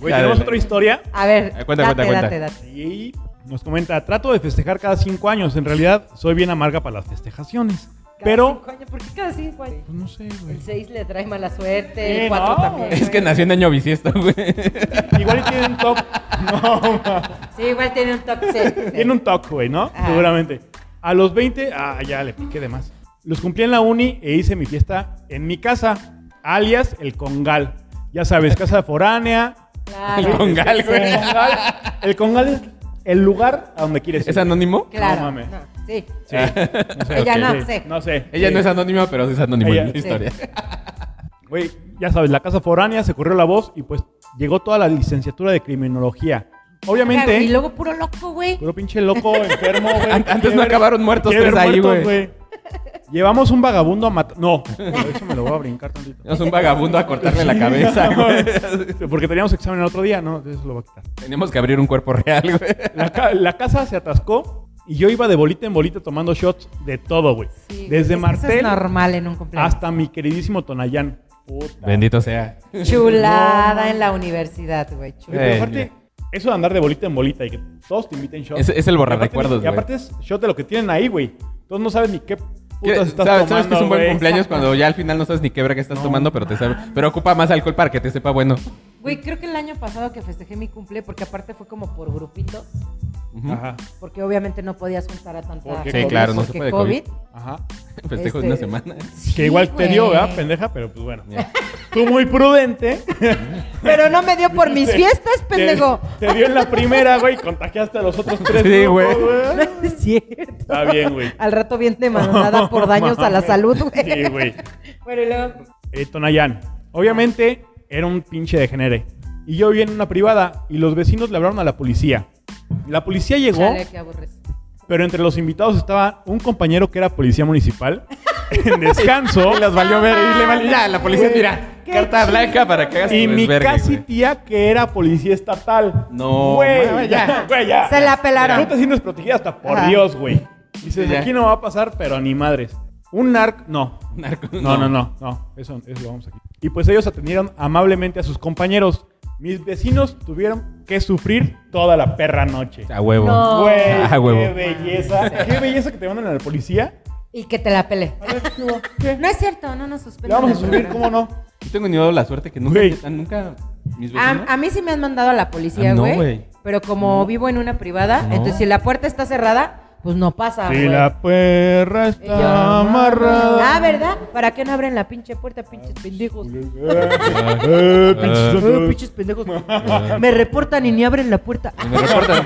B: Güey,
A: Ya,
B: tenemos
A: dale.
B: otra historia.
C: A ver,
A: Ah, cuenta,
C: date,
A: cuenta, cuenta.
C: date, date.
B: Y nos comenta, trato de festejar cada cinco años. En realidad, soy bien amarga para las festejaciones. Pero,
C: Cada cinco años, ¿Por qué cada cinco años?
B: pues no sé, güey.
C: El seis le trae mala suerte,
B: Sí,
C: el cuatro
B: no.
C: también.
A: Es
C: güey.
A: que nació en año bisiesto, güey.
B: Igual y tienen top
C: Sí, igual tiene un toque. sí, sí.
B: Tiene un toque, güey, ¿no?
C: Ajá.
B: Seguramente. A los 20, ah, ya le piqué de más. Los cumplí en la uni e hice mi fiesta en mi casa, alias el Congal. Ya sabes, casa foránea.
C: Claro.
A: El Congal, güey.
B: El Congal, el Congal es el lugar a donde quieres ir.
A: ¿Es anónimo?
C: Claro.
B: No mames.
C: no, sí.
B: Sí. No sé,
C: Ella
B: ok.
C: no,
B: Sí,
C: sí.
B: No sé.
A: Ella
B: Sí.
A: no es anónima, pero sí es anónima
B: Ella-
A: en la historia.
B: Güey, ya sabes, la casa foránea se corrió la voz y pues llegó toda la licenciatura de criminología. Obviamente.
C: Y luego puro loco, güey.
B: Puro pinche loco, enfermo, güey.
A: An- antes
B: Quiere
A: no
B: ver-
A: acabaron muertos
B: quiere ver
A: tres ahí,
B: muertos,
A: güey.
B: Llevamos un vagabundo a matar. No, eso me lo voy a brincar tantito.
A: Es un vagabundo a cortarle la cabeza, güey.
B: Porque teníamos examen el otro día, ¿no? Eso lo voy a quitar.
A: Tenemos que abrir un cuerpo real, güey.
B: La, ca- la casa se atascó y yo iba de bolita en bolita tomando shots de todo, güey.
C: Sí, güey.
B: Desde
C: Es que Eso es
B: Martel
C: normal en un cumpleaños.
B: hasta mi queridísimo Tonayán. Puta.
A: Bendito sea.
C: Chulada
B: No,
C: en la universidad, güey.
B: Güey,
C: Chulada.
B: pero
A: Eh,
B: aparte, eso de andar de bolita en bolita y que todos te inviten shots.
A: Es- es el borrarrecuerdos,
B: Y aparte es shot de lo que tienen ahí, güey. Entonces no sabes ni qué
A: ¿Qué-
B: putas
A: ¿Sabes,
B: estás
A: sabes
B: tomando,
A: que es un buen
B: güey.
A: cumpleaños cuando ya al final no sabes ni qué verga estás
B: No
A: tomando, pero te sabe, pero ocupa más alcohol para que te sepa bueno.
C: Güey, creo que el año pasado que festejé mi cumple, porque aparte fue como por grupitos,
A: Ujú.
B: Ajá,
C: porque obviamente no podías juntar a tanta
B: Porque
A: Sí, claro, no se
C: porque
A: puede
C: COVID.
B: ajá.
A: Festejo de
C: Este-
A: una semana.
B: Que igual te dio,
C: güey.
B: ¿verdad, pendeja? Pero pues bueno.
A: Ya.
B: Tú muy prudente.
C: Pero no me dio por mis
B: Te-
C: fiestas,
B: te-
C: pendejo.
B: Te, dio en la primera, güey, y contagiaste a los otros tres.
A: Sí,
B: grupos,
A: güey.
C: No es cierto.
B: Está bien, güey.
C: Al rato bien demandada por daños a la salud, güey.
B: Sí, güey.
C: Bueno, y luego, pues,
B: Eh, Tonayán. Obviamente era un pinche degenere. Y yo vivía en una privada y los vecinos le hablaron a la policía. La policía llegó,
C: chale, qué aburres.
B: pero entre los invitados estaba un compañero que era policía municipal en descanso.
A: Y los valió ver y le valió. Ya, la policía,
B: Güey,
A: mira,
C: qué
A: carta
C: chido.
A: blanca para que hagas
B: y
A: tu
B: mi
A: desvergue,
B: casi
A: güey.
B: tía que era policía estatal.
A: No,
B: Güey,
A: mames,
B: ya,
A: ya.
B: güey, ya.
C: Se la pelaron.
B: Neta sí nos protegía hasta por
C: Ajá.
B: Dios, güey. Dices,
A: Sí, ya.
B: aquí no va a pasar, pero ni madres. Un narco, no.
A: Narco-
B: No, no, no, no. Eso, eso lo vamos aquí. Y pues ellos atendieron amablemente a sus compañeros. Mis vecinos tuvieron que sufrir toda la perra noche.
A: A huevo.
C: No.
B: Güey,
A: Ah,
B: qué
A: huevo.
B: belleza. Qué belleza que te mandan a la policía.
C: Y que te la pele.
B: A ver, ¿qué hubo? ¿Qué?
C: No es cierto, no nos
B: Le
C: suspenden.
B: vamos a
C: el
B: subir,
C: programa.
B: ¿cómo no?
A: Yo tengo ni dado la suerte que nunca,
B: Güey.
A: nunca mis vecinos.
C: A, a mí sí me han mandado a la
A: A
C: policía,
A: mí Ah, no,
C: güey.
A: güey.
C: pero como vivo en una privada,
A: No.
C: entonces si la puerta está cerrada, pues no pasa,
B: Si
C: güey.
B: la perra
C: Y
B: está
C: yo,
B: amarrada.
C: Ah, ¿verdad? ¿Para qué no abren la pinche puerta, pinches pendejos?
B: Eh, pinches
C: Ah,
B: otros.
C: pinches pendejos. Me reportan y ni abren la puerta.
A: Y me reportan.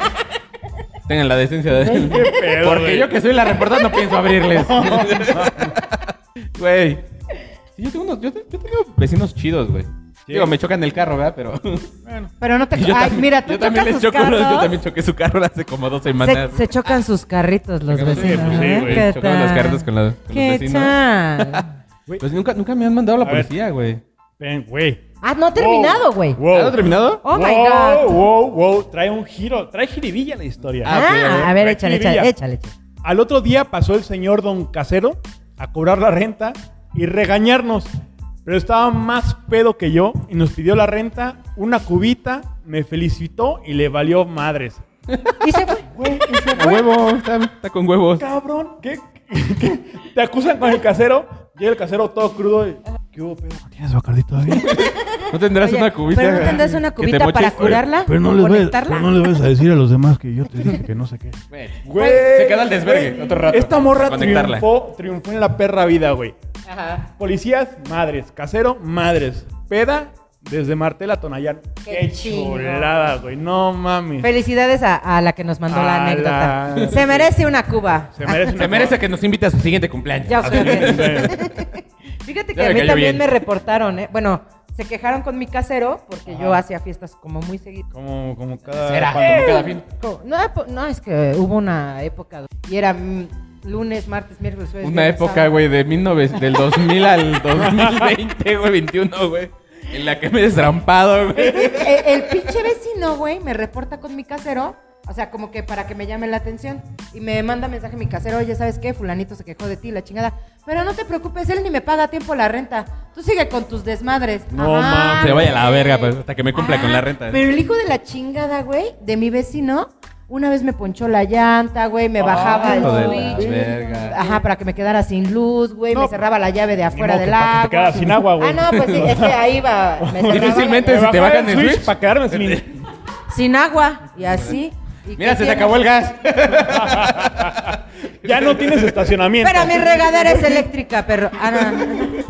A: Tengan la decencia de.
B: pedo,
A: Porque
B: güey.
A: yo que soy la reportada no pienso abrirles. Güey. Sí, yo tengo unos. Yo, te- yo tengo vecinos chidos, güey. Digo, me chocan el carro, ¿verdad? Pero.
B: Bueno,
C: Pero no te.
A: Yo
C: Ay,
A: también-
C: mira, tú
A: yo también
C: chocas
A: les
C: sus
A: choco uno- Yo
C: carros.
A: también choqué su carro hace como dos
C: Se,
A: semanas.
C: se chocan sus carritos los
A: Chocamos-
C: vecinos.
B: sí,
C: ¿eh?
B: güey,
C: ¿Qué
A: chocamos los
C: tal?
A: carros con la- con los
C: ¿Qué
A: vecinos.
C: tal?
B: güey.
A: Pues nunca, nunca me han mandado a la
B: A ver.
A: policía, güey.
B: Ven, güey.
C: Ah, no ha terminado,
B: Wow,
C: güey.
B: wow.
A: ¿Has terminado?
C: Oh my
B: Wow,
C: God.
B: Wow, wow. Trae un giro. Trae jiribilla la historia.
A: Ah,
C: Ah,
A: ok, a ver.
C: a ver, échale, échale,
B: Jiribilla.
C: échale. échale.
B: Al otro día pasó el señor don Casero a cobrar la renta y regañarnos. Pero estaba más pedo que yo y nos pidió la renta, una cubita, me felicitó y le valió madres.
C: Y se fue.
B: Güey, y se
A: A
B: fue.
A: huevo, está, está con huevos.
B: Cabrón, ¿qué? qué- Te acusan con el casero, llega el casero todo crudo y... ¿Qué hubo, pedo? ¿Tienes bacardi todavía?
A: ¿No tendrás
C: Oye,
A: una cubita?
C: ¿Pero no tendrás una
A: que te
C: cubita para
A: moches?
C: curarla?
D: Pero no,
C: ¿O
D: les vayas,
C: conectarla?
D: pero no les vayas a decir a los demás que yo te dije que no sé qué.
A: Güey,
B: Güey,
A: Se queda el desvergue,
B: güey,
A: otro rato.
B: Esta morra
A: Conectarla.
B: triunfó, triunfó en la perra vida, güey.
C: Ajá.
B: Policías, madres. Casero, madres. Peda, desde Martel a Tonayán.
C: Qué
B: Qué,
C: chingón.
B: chulada, güey. No mames.
C: Felicidades a, a la que nos mandó
B: A
C: la anécdota.
B: la-
C: Se merece una cuba.
B: Se merece una
A: Se merece que nos invite a su siguiente cumpleaños.
C: Ya
B: Así
C: creo que-
B: es.
C: Ah, Fíjate que
A: Ya
C: a
A: me
C: mí
A: cayó
C: también
A: bien.
C: me reportaron, ¿eh? Bueno, se quejaron con mi casero porque yo
B: Ajá.
C: hacía fiestas como muy seguido.
B: Como, como cada...
A: Será.
B: cuando-
A: Eh, Como cada fin.
C: Co- No, po- no, es que hubo una época y era mm, lunes, martes, miércoles, jueves.
A: Una
C: viernes,
A: época,
C: sábado.
A: güey, de 1900 del 2000 al 2020, güey, 21, güey. En la que me he destrampado, güey.
C: Eh, El, pinche vecino, güey, me reporta con mi casero. O sea, como que para que me llame la atención. Y me manda mensaje mi casero, oye, ¿sabes qué? Fulanito se quejó de ti, la chingada. Pero no te preocupes, él ni me paga a tiempo la renta. Tú sigue con tus desmadres.
B: No
C: Ajá,
B: mames.
A: Se vaya a la
C: güey.
A: verga, pues, hasta que me cumpla
C: Ah,
A: con la renta.
C: Pero el hijo de la chingada, güey, de mi vecino, una vez me ponchó la llanta, güey, me bajaba
B: Ah,
C: el
A: Hijo de la
C: switch.
A: verga.
C: Ajá, para que me quedara sin luz, güey,
B: No,
C: me cerraba la llave de afuera
B: modo que
C: del
B: para que te
C: agua.
B: quedaras sin agua, güey.
C: Ah, no, pues sí, es que ahí va. me cerraba la
A: Difícilmente
C: llave.
A: si te
B: bajaba
A: bajan el
B: switch
A: switch.
B: Para quedarme sin...
C: sin agua y así. ¿Y
A: Mira, se
C: qué
A: te
C: tiene?
A: acabó el gas.
B: Ya no tienes estacionamiento.
C: Pero mi regadera es eléctrica, perro. Ah, no.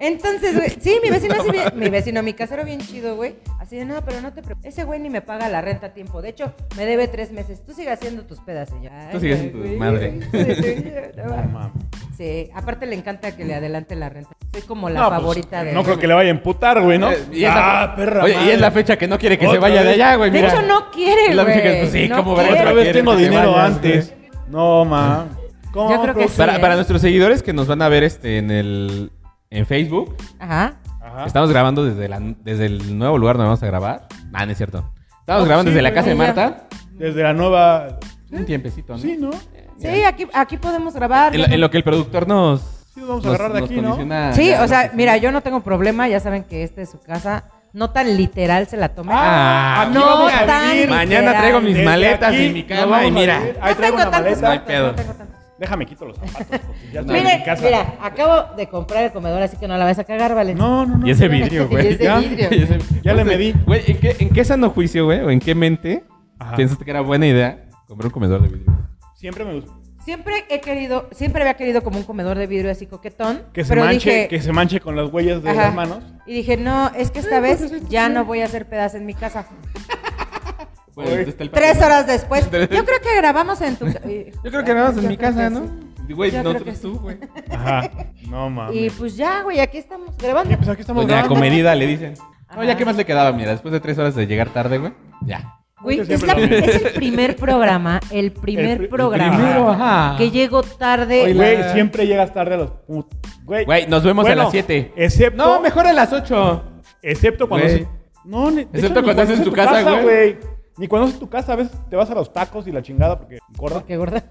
C: Entonces, güey, sí, mi vecino, así bien- mi vecino, mi casero bien chido, güey. Así de, no, pero no te preocupes. Ese güey ni me paga la renta a tiempo. De hecho, me debe tres meses. Tú sigas haciendo tus pedas, señor.
A: Tú sigue haciendo tu madre.
B: No, mames.
C: Sí, aparte le encanta que le adelante la renta. Soy como la
B: No, pues,
C: favorita de...
B: No creo que le vaya a emputar, güey, ¿no?
A: Eh, y es la-
B: ah, perra.
A: Oye, y
B: madre.
A: es la fecha que no quiere que se
B: Otra
A: vaya de
B: vez.
A: allá, güey.
C: De
A: mira.
C: hecho, no quiere,
A: Es la fecha que-
C: güey.
A: pues, sí,
C: no
A: ¿cómo verga?
C: quiere.
B: Otra vez tengo
A: que te
B: dinero
A: vayas,
B: antes. No, ma. ¿Cómo
C: Yo creo que
B: vamos a
C: sí.
A: Para,
C: ¿eh?
A: para nuestros seguidores que nos van a ver este en el en Facebook,
C: Ajá.
B: producir? Ajá.
A: estamos grabando desde, la, desde el nuevo lugar donde vamos a grabar. Ah, no es cierto. Estamos
C: Oh,
B: No,
A: grabando
B: sí,
A: desde la
B: güey.
A: casa de
C: Ya.
A: Marta.
B: Desde la nueva.
A: Un tiempecito, ¿no?
B: Sí, ¿no?
C: Sí, aquí, aquí podemos grabar.
A: En, lo- en lo que el productor nos.
B: Sí, nos vamos a
A: nos-
B: agarrar de
A: nos
B: aquí, ¿no?
A: condiciona
C: Sí,
A: la-
C: o sea,
A: la-
C: mira, yo no tengo problema, ya saben que esta es su casa. No tan literal se la tome.
A: Ah,
B: aquí
C: no
B: vamos a
C: tan-
B: vivir.
A: Mañana
C: literal.
A: traigo mis
B: Desde
A: maletas
B: aquí
A: y mi
B: nos
A: cama
B: vamos
A: y
B: a
A: mira.
B: vivir.
C: no
B: Ahí traigo
C: tengo
B: una
C: tantos
A: No
B: maleta.
A: hay
C: cuartos,
A: pedo.
C: no tengo tantos.
B: Déjame quito los zapatos porque ya
A: No.
B: estoy en mi
C: Mire,
B: casa.
C: mira, acabo de comprar el comedor, así que no la vas a cagar, ¿vale?
B: No, no, no.
A: Y ese vidrio, güey.
C: Y ese
A: Ya.
C: vidrio.
A: Y ese-
B: Ya le medí.
A: Güey, ¿en qué, ¿en qué sano juicio, güey? ¿O en qué mente
B: Ajá.
A: pensaste que era buena idea comprar un comedor de vidrio?
B: Siempre me gusta.
C: Siempre he querido, siempre había querido como un comedor de vidrio así coquetón.
B: Que se,
C: pero
B: manche,
C: dije,
B: que se manche con las huellas de
C: Ajá.
B: las manos.
C: Y dije, no, es que esta vez ya no voy a hacer pedazo en mi casa.
A: Bueno, entonces está el papel.
C: Tres horas después. Yo creo que grabamos en tu
A: Yo creo que grabamos en mi casa, ¿no? Güey,
C: Yo creo
A: nosotros
C: que sí.
A: tú, güey.
B: Ajá. No
C: Y
B: mames.
C: pues ya, güey, aquí estamos grabando.
B: Y pues aquí estamos
A: Doña
B: grabando.
A: Comedida le dicen. No, ya
C: Ajá.
A: qué más le quedaba, mira, después de tres horas de llegar tarde, güey. Ya.
C: Güey,
B: Yo
C: es,
B: siempre
C: la-
B: lo mismo.
C: es el primer programa, el primer
B: El pri- el
C: programa
B: primero,
A: ajá.
C: que llego tarde.
A: Oye,
B: Güey,
A: la-
B: siempre llegas tarde a los put- Güey,
A: Güey, nos vemos
B: Bueno,
A: a las 7.
B: excepto-
A: No, mejor a las 8.
B: excepto cuando...
A: Güey.
B: se- No, ni- de
A: Excepto
B: ni
A: cuando haces
B: es
A: tu casa, güey.
B: Ni cuando haces tu casa, a veces te vas a los tacos y la chingada porque gorda.
C: Qué gorda.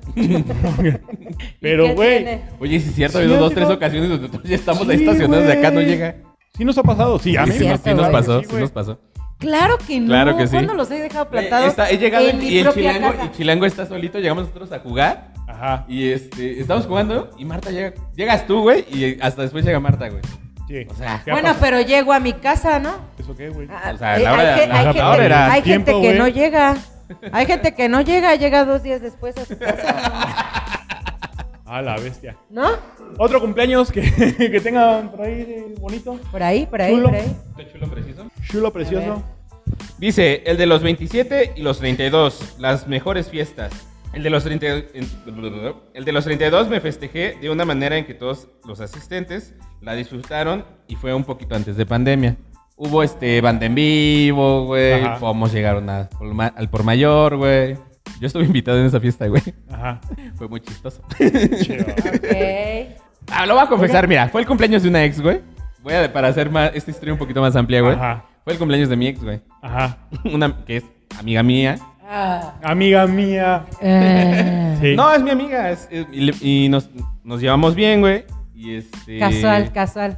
B: Pero,
C: ¿Qué
B: güey,
C: tiene?
A: Oye, sí es cierto, ha
B: Sí,
A: habido
B: ya
A: dos,
B: digo-
A: tres ocasiones donde nosotros ya estamos ahí
B: Sí,
A: estacionados de acá, no
B: güey.
A: llega.
B: sí nos ha pasado. Sí, a
A: Sí,
B: mí
A: sí,
B: me
A: nos-
B: ha
A: sí nos
B: pasado,
A: pasó,
B: sí,
A: sí
B: güey.
A: nos pasó.
C: Claro que no.
A: Claro que sí.
C: ¿Cuándo los he dejado plantados?
A: Está- he llegado
C: en mi
A: y el
C: propia
A: chilango,
C: casa?
A: y chilango está solito, llegamos nosotros a jugar
B: Ajá,
A: y este, estamos jugando y Marta llega, llegas tú, güey, y hasta después llega Marta, güey.
B: sí.
A: O sea,
B: ¿Qué ha
C: Bueno,
B: pasado?
C: pero llego a mi casa, ¿no?
B: ¿Eso qué, güey?
C: Ah,
A: O sea, la
C: eh,
A: hora-
C: hay, ge-
A: la
C: hay
A: hora
C: gente,
A: era
C: hay gente
B: tiempo,
C: que
B: güey.
C: no llega. Hay gente que no llega, llega dos días después a su casa,
B: Ah, la bestia.
C: ¿no?
B: Otro cumpleaños que, que tengan por ahí de bonito.
C: Por ahí, por ahí,
B: Chulo.
C: por ahí.
A: Está chulo, preciso.
B: Chulo, precioso.
A: Dice, el de los 27 y los 32, las mejores fiestas. El de los 30 en- el de los 32 me festejé de una manera en que todos los asistentes la disfrutaron y fue un poquito antes de pandemia. Hubo este banda en vivo, güey,
B: Ajá.
A: pomos llegaron a- por ma- al por mayor, güey. Yo estuve invitado en esa fiesta, güey.
B: Ajá.
A: Fue muy chistoso.
B: Chido.
C: Ok.
A: Ah, lo voy a confesar, mira, fue el cumpleaños de una ex, güey. Voy a para hacer más esta historia un poquito más amplia, güey.
B: Ajá.
A: Fue el cumpleaños de mi ex, güey.
B: Ajá.
A: Una que es amiga mía.
C: Ah.
B: Amiga mía.
C: Eh.
B: Sí.
A: No, es mi amiga. es- es- y le- y nos, nos llevamos bien, güey. Y este.
C: Casual, casual.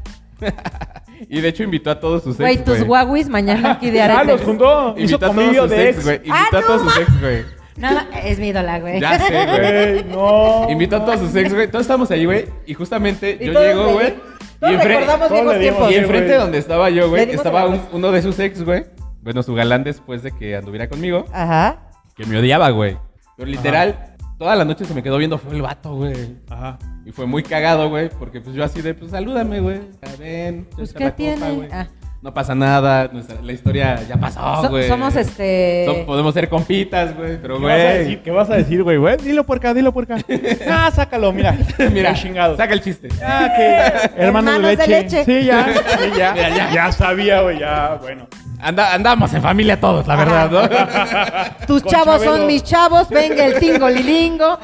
A: Y de hecho invitó a todos sus
C: Güey,
A: ex.
C: tus guauis mañana aquí de
B: Ah,
C: aretes.
B: los juntó. Hizo
A: Invitó a todos
B: convivio
A: sus
B: de
A: ex,
B: ex.
A: güey. Invitó
C: Ah,
A: a todos
C: no
A: sus ex, güey.
C: No, no, es mi ídola, güey.
A: Ya sé, güey.
B: Güey, no.
A: Invitó a todos sus ex, güey. Todos estamos ahí, güey. Y justamente
C: Y
A: yo
C: todos
A: llego,
C: le-
A: güey.
C: Todos
A: y enfre-
C: recordamos
B: todos
C: viejos
B: le dimos
A: Y
B: Sí,
C: tiempos.
A: enfrente
B: güey.
A: donde estaba yo,
C: Le
A: güey,
C: dimos
A: estaba
C: el
A: un-
C: abrazo.
A: uno de sus ex, güey. Bueno, su galán después de que anduviera conmigo,
C: Ajá.
A: que me odiaba, güey. Pero literal, toda la noche se me quedó viendo, fue el vato, güey.
B: Ajá.
A: Y fue muy cagado, güey, porque pues yo así de, pues salúdame, güey. Ya Ven,
C: Pues,
A: echa
C: ¿qué
A: la copa,
C: tiene?
A: güey.
C: Ah.
A: No pasa nada, nuestra- la historia ya pasó,
C: So-
A: Ah, güey.
C: somos este.
A: So- pues, podemos ser compitas, güey, pero
B: ¿Qué vas, a decir,
A: güey.
B: ¿Qué vas a decir, güey? güey? Dilo puerca, dilo puerca. Ah, sácalo, mira.
A: Mira,
B: Qué chingado.
A: saca el chiste.
B: Ah, que hermanos,
C: Hermanos de
B: de, leche.
C: leche.
B: Sí, ya. Sí, ya.
A: Mira, ya.
B: ya. sabía, güey, ya, bueno.
A: Anda- andamos en familia todos, la verdad, ¿no?
C: Tus
B: Con
C: chavos
B: Chabelo.
C: son mis chavos. Venga el tingo lilingo.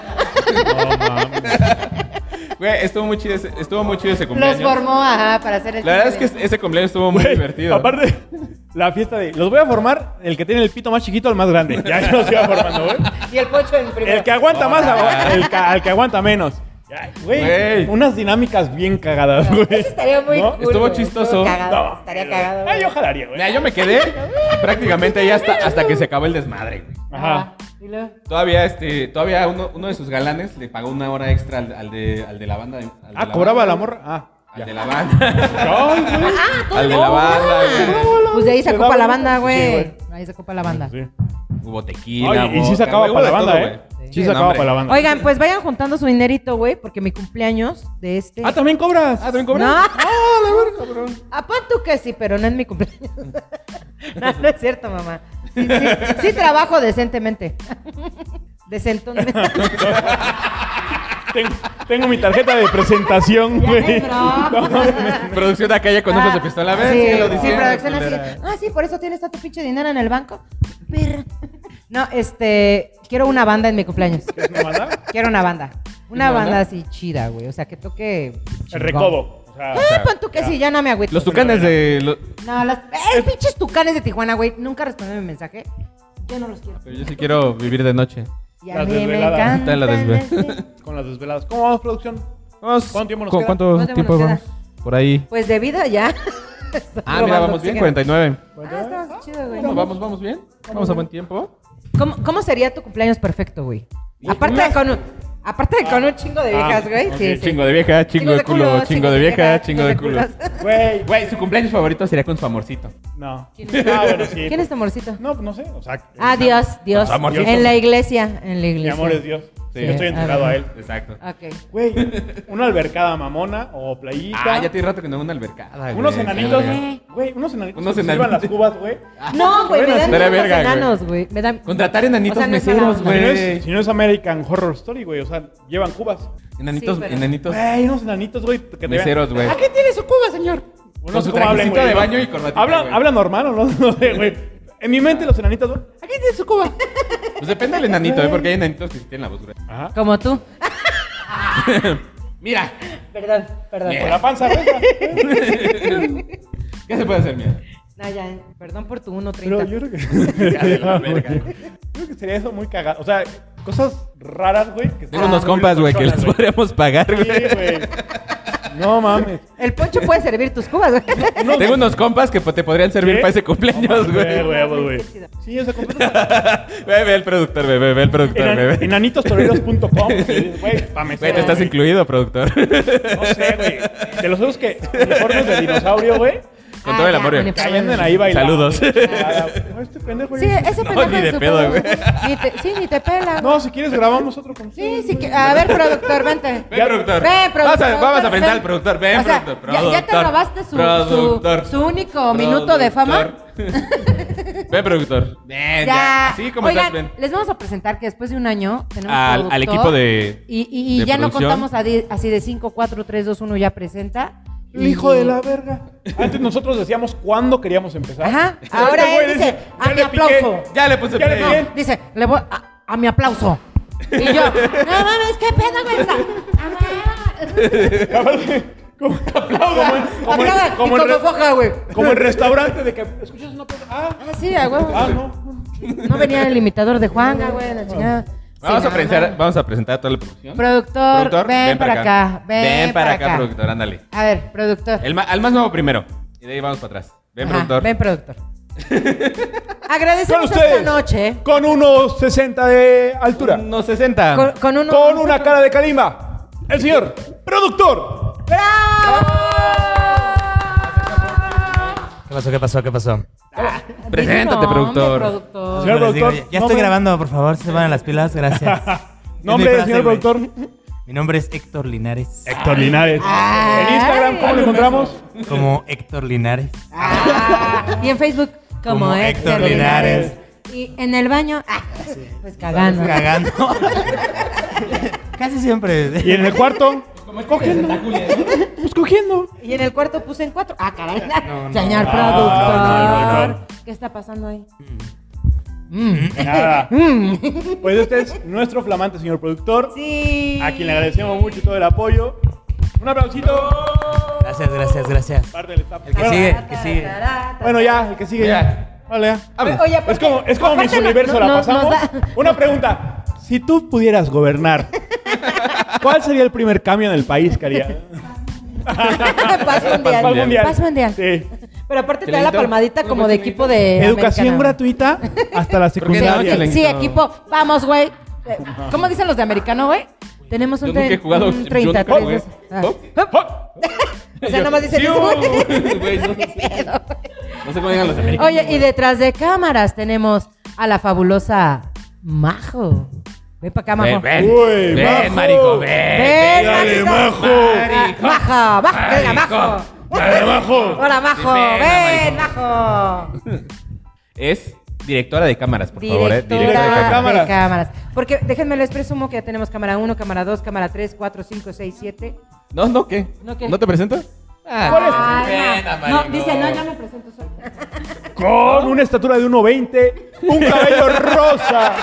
B: No mames.
A: Güey, estuvo muy chido ese, estuvo muy chido ese
C: Los
A: cumpleaños.
C: formó, ajá, para hacer este el.
A: La verdad es
C: tingo
A: que
C: lilingo.
A: ese cumpleaños estuvo muy
B: Güey,
A: divertido.
B: Aparte, la fiesta de. Los voy a formar el que tiene el pito más chiquito al más grande. Ya se los iba formando, güey.
C: Y el pocho en primero.
B: El que aguanta
A: No,
B: más,
A: no,
B: agua-
A: no.
B: el ca- al que aguanta menos. Ya, Güey,
A: Güey.
B: unas dinámicas bien cagadas, güey.
C: Eso estaría muy
B: ¿No?
C: cool,
A: Estuvo
C: güey.
A: chistoso.
C: Estuvo cagado,
B: No.
C: estaría cagado.
B: Ay,
C: güey.
B: yo jalaría, güey.
A: Mira, yo me quedé prácticamente ahí hasta, hasta que se acabó el desmadre, güey.
B: Ajá.
C: Y luego-
A: Todavía, este, todavía uno, uno de sus galanes le pagó una hora extra al, al de, al de la banda. al de
B: Ah, cobraba
A: banda,
B: la morra. Ah.
A: Al de la banda.
B: Ay, güey.
C: Ah, todo
A: al de
C: el-
A: la banda,
C: Ah,
A: güey.
C: Pues de ahí
B: Se
C: sacó
B: daba
C: para la
B: una-
C: banda,
B: Sí,
C: güey.
B: güey.
C: Ahí se ocupa la banda.
B: Sí.
A: Hubo tequila.
B: Ay, y sí se
A: vodka,
B: acaba
A: güey,
B: para la
A: hubo de
B: banda,
A: todo,
B: ¿eh?
A: güey.
B: Sí,
A: no,
B: se acaba
A: hombre.
B: para la banda.
C: Oigan, pues vayan juntando su dinerito, güey, porque mi cumpleaños de este.
B: Ah, también cobras.
A: Ah, ¿también cobran?
C: No.
A: Ah, la verga, cabrón.
C: Apá tú que sí, pero no es mi cumpleaños. no, no es cierto, mamá. Sí, sí, sí trabajo decentemente. Decentonamente.
B: Tengo, tengo mi tarjeta de presentación,
C: Ya
B: güey.
C: entró.
A: Producción de aquella con ojos de pistola. ¿Ves?
C: Sí,
A: que lo
C: sí,
A: dijeron,
C: producción así.
A: culera.
C: Ah, sí, por eso tienes tanto pinche dinero en el banco. Perra. No, este, quiero una banda en mi cumpleaños.
B: ¿Es una banda?
C: Quiero una banda. Una
A: ¿Una
C: banda?
A: banda?
C: así chida, güey. O sea, que toque.
B: El
C: chingón.
B: recodo. O sea,
C: Ah, pon tú que sí, ya no me agüito.
A: Los tucanes de. lo-
C: No, los ¡Eh, pinches tucanes de Tijuana, güey. Nunca respondieron mi mensaje. Yo no los quiero.
A: Yo sí quiero vivir de noche.
C: Y a
B: Las
C: mí
B: desveladas.
C: me este.
A: Está
C: encanta.
A: en la
B: con las desveladas. ¿Cómo vamos, producción?
A: Vamos,
B: ¿Cuánto tiempo nos
A: ¿con
B: queda?
A: ¿Cuánto,
C: ¿Cuánto tiempo
A: tiempo
C: nos
A: vamos? Por ahí.
C: Pues de vida ya.
A: Ah, mira, vamos bien, 49.
C: Ah, estamos chido, güey.
A: Bueno, vamos, vamos bien. Vamos a buen tiempo.
C: ¿Cómo, cómo sería tu cumpleaños perfecto, güey? Aparte de con un, aparte de con un chingo de viejas,
B: Ah,
C: güey.
B: ok.
C: Sí, sí.
A: Chingo de vieja, chingo de culo,
C: culos,
A: chingo de vieja, chingo de culo.
C: culos.
B: Güey.
A: Güey, su cumpleaños favorito sería con su amorcito.
B: No.
C: ¿Quién es?
B: Ah, bueno, sí.
C: ¿Quién es tu amorcito?
B: No, no sé. O sea,
C: Ah, Dios, Dios.
A: Amorcito.
C: En la iglesia, en la
B: Mi
C: iglesia.
B: amor es Dios.
A: Sí.
B: Yo estoy entregado
C: Ah,
B: a él.
A: Exacto.
C: Ok.
B: Güey, una albercada mamona o playita.
A: Ah, ya tiene rato que no hago una albercada.
B: Unos
A: güey.
B: enanitos,
A: Verga.
B: güey, unos enanitos.
A: Unos
B: que se sirvan
A: enanitos.
B: las cubas, güey.
C: No, güey, me
B: Bueno,
C: dan
A: estaría
C: miedo los
A: verga, güey.
C: enanos, güey. Me dan...
A: Contratar enanitos
C: O sea, no es
A: meseros,
C: mala
B: Si no,
A: güey.
B: es, si no es American Horror Story, güey, o sea, llevan cubas.
A: Enanitos,
C: Sí, pero-
A: enanitos
B: Güey, unos enanitos, güey, que te
A: meseros, güey.
B: ¿A qué tiene su cuba, señor?
A: Con
B: No sé
A: su
B: cómo hablan,
A: trajecito
B: güey,
A: de
B: ¿no?
A: baño y corbatita,
B: Hablan,
A: güey.
B: hablan normal o no, no sé, güey. En mi mente los enanitos, güey. ¿A qué tiene su cuba?
A: Pues depende del enanito, ¿eh? Porque hay enanitos que sí tienen la voz gruesa.
B: Ajá.
C: Como tú.
A: Mira,
C: Perdón, perdón.
A: Bien.
B: Con la panza gruesa.
A: ¿qué se puede hacer, mira?
C: No, Ah, ya, perdón por tu
B: Pero
C: 1.30.
B: yo creo que. Ah,
A: Ya de la verga.
B: Creo que sería eso muy cagado. O sea, cosas raras, güey. que
A: Tengo
B: sean
A: unos
B: muy
A: compas, güey, que
B: locochonas,
A: los podríamos pagar, güey.
B: Ah, Sí, güey. No mames.
C: El poncho puede servir tus cubas, güey.
A: Tengo unos compas que po- te podrían servir
B: ¿Qué?
A: para ese cumpleaños,
B: No,
A: güey.
B: huevos, güey. Sí, o sea, compras
A: Ve, ve el productor, güey, ve, ve el productor, güey.
B: enan-
A: ve.
B: enanitostoreros.com. Güey, pa'
A: Güey,
B: mesero,
A: te estás
B: güey.
A: incluido, productor.
B: No sé, güey. De los otros que uniformes de dinosaurio, güey,
C: Ah,
A: Con todo el amor, güey.
C: pues,
B: que ahí andan ahí bailando.
A: Saludos.
B: Ah, no, este pendejo,
C: Sí,
B: güey.
C: ese
A: No,
C: pendejo
A: ni
C: es
A: de
C: su
A: pedo,
C: pedo,
A: güey.
C: Ni te- Sí, ni te pela, güey.
B: No, si quieres grabamos otro con
C: Sí, sí que... Ah. A ver, productor, vente.
A: Ven, productor.
C: Ven, productor.
A: Vamos a, vamos a
C: ven.
A: presentar al productor. Ven,
C: O sea,
A: productor.
C: ya- Ya, te
A: productor,
C: robaste su,
A: productor,
C: su, su único minuto de fama.
A: productor. ven, productor. Ven, ya.
C: Ya.
A: Así como
C: Oigan,
A: estás, ven.
C: les vamos a presentar que después de un año tenemos
A: Al-
C: productor
A: al equipo de-
C: Y, y- y
A: de
C: ya no
A: producción.
C: contamos a di- así de 5, 4, 3, 2, 1, ya presenta.
B: El hijo de la verga. Antes nosotros decíamos cuándo queríamos empezar.
C: Ajá.
B: Este
C: Ahora
B: güey
C: él dice, a
B: "Ya
C: mi
B: le piqué".
C: aplauso.
A: Ya le puse
B: Ya le
A: play.
B: pegué.
C: No, dice, le voy a, a mi aplauso. Y yo, no mames, qué pedo, güey. O sea, "Ah, amá.
B: Aparte, Como aplaudo, como en-
C: Aplaudan,
B: como
C: y
B: en- como en
C: como
B: re-
C: foca, güey.
B: como en restaurante de que escuchas una cosa. Ah,
C: Ah, sí, a huevo.
B: ah, no.
C: No venía el imitador de Juanga, güey, la chingada.
A: Vamos,
C: Sí,
A: a
C: no,
A: presentar,
C: no.
A: vamos a presentar a toda la producción.
C: Productor, ven, para acá. Ven,
A: para acá, productor, ándale.
C: A ver, productor.
A: El ma- al más nuevo primero. Y de ahí vamos para atrás. Ven,
C: Ajá,
A: productor.
C: Ven, productor.
B: Con
C: Agradecemos esta
B: ustedes.
C: noche ¿eh?
B: Con unos 60 de altura.
A: Unos 60.
C: con, con uno.
B: Con una cara de calima. El señor productor.
C: ¡Bravo!
E: ¿Qué pasó? ¿Qué pasó? ¿Qué pasó?
A: Preséntate,
C: Dime nombre,
A: productor.
E: Así
B: Señor
E: como les
B: productor,
E: ya- ya
B: nombre.
E: estoy grabando, por favor, si se van a las pilas, gracias. Es mi
B: Nombre del
E: frase,
B: señor
E: güey.
B: productor.
E: Mi nombre es Héctor Linares.
B: Héctor Linares.
C: Ay.
B: En Instagram, ¿cómo lo encontramos?
E: Como Héctor Linares.
C: Ah, y en Facebook, como,
E: Como
C: Héctor,
E: Héctor
C: Linares.
E: Linares.
C: Y en el baño, ah, pues cagando.
E: Cagando. Casi siempre.
B: Y en el cuarto.
C: este
B: Cogiendo. Pues cogiendo.
C: Y en el cuarto puse en cuatro. Ah, caray.
E: No, no.
C: Señor
E: Ah,
C: productor.
B: no, no, no, no.
C: ¿Qué está pasando ahí?
B: Nada. Pues este es nuestro flamante señor productor.
C: Sí.
B: A quien le agradecemos mucho todo el apoyo. Un aplausito.
E: Gracias, gracias, gracias.
B: Parte del staff.
E: El que
B: Bueno,
E: sigue, el que sigue.
B: Bueno, ya, el que sigue ya. Vale, ya.
A: Habla.
C: Oye, aparte-
B: Es como, es como Miss
C: aparte no-
B: Universo,
C: no-
B: la
C: no-
B: pasamos.
C: nos da-
B: Una pregunta. Si tú pudieras gobernar, ¿cuál sería el primer cambio en el país que haría?
C: Paz mundial.
B: Paz mundial.
C: Paz mundial. Eh,
B: Sí.
C: Pero aparte te da la
A: Chilenito.
C: palmadita
A: No,
C: como
A: muy
C: de
A: chilenito.
C: equipo de.
B: Educación
C: americana.
B: gratuita hasta la
A: qué no,
B: secundaria.
A: Chilenito?
C: Sí, equipo. Vamos, güey. Eh, ¿Cómo dicen los de americano, güey? Tenemos un,
A: Yo nunca he
C: trein-
A: jugado
C: un
A: Yo
C: 30.
A: nunca jugué.
B: ¡Oh!
C: tres veces. Ah.
A: Hop.
C: Hop. O sea, nomás dicen,
A: "Sí, uh", güey, no,
C: "¿Qué pedo?".
A: no sé cómo digan los americanos.
C: Oye, y detrás de cámaras tenemos a la fabulosa Majo. Ve para acá,
A: Ven,
C: Majo.
A: ven,
B: Uy,
A: ven,
B: majo.
A: marico, ven.
C: Ven,
B: dale,
C: Majo.
A: Marico.
C: Majo, Majo, que diga
A: Marico.
C: Majo.
B: Dale, Majo.
C: Hola, Majo.
A: Sí,
C: Ven,
A: ven,
C: Majo.
A: Es directora de cámaras, por favor, eh.
C: Directora de
A: cámaras.
C: cámaras.
B: cámaras.
C: Porque déjenme les presumo que ya tenemos cámara 1, cámara 2, cámara 3, 4, 5, 6, 7.
A: No, no, ¿qué?
C: ¿No qué?
A: ¿No te presento?
B: ¿Cuál es?
C: no, dice, no, yo me presento sola.
B: Con una estatura de 1.20, un cabello rosa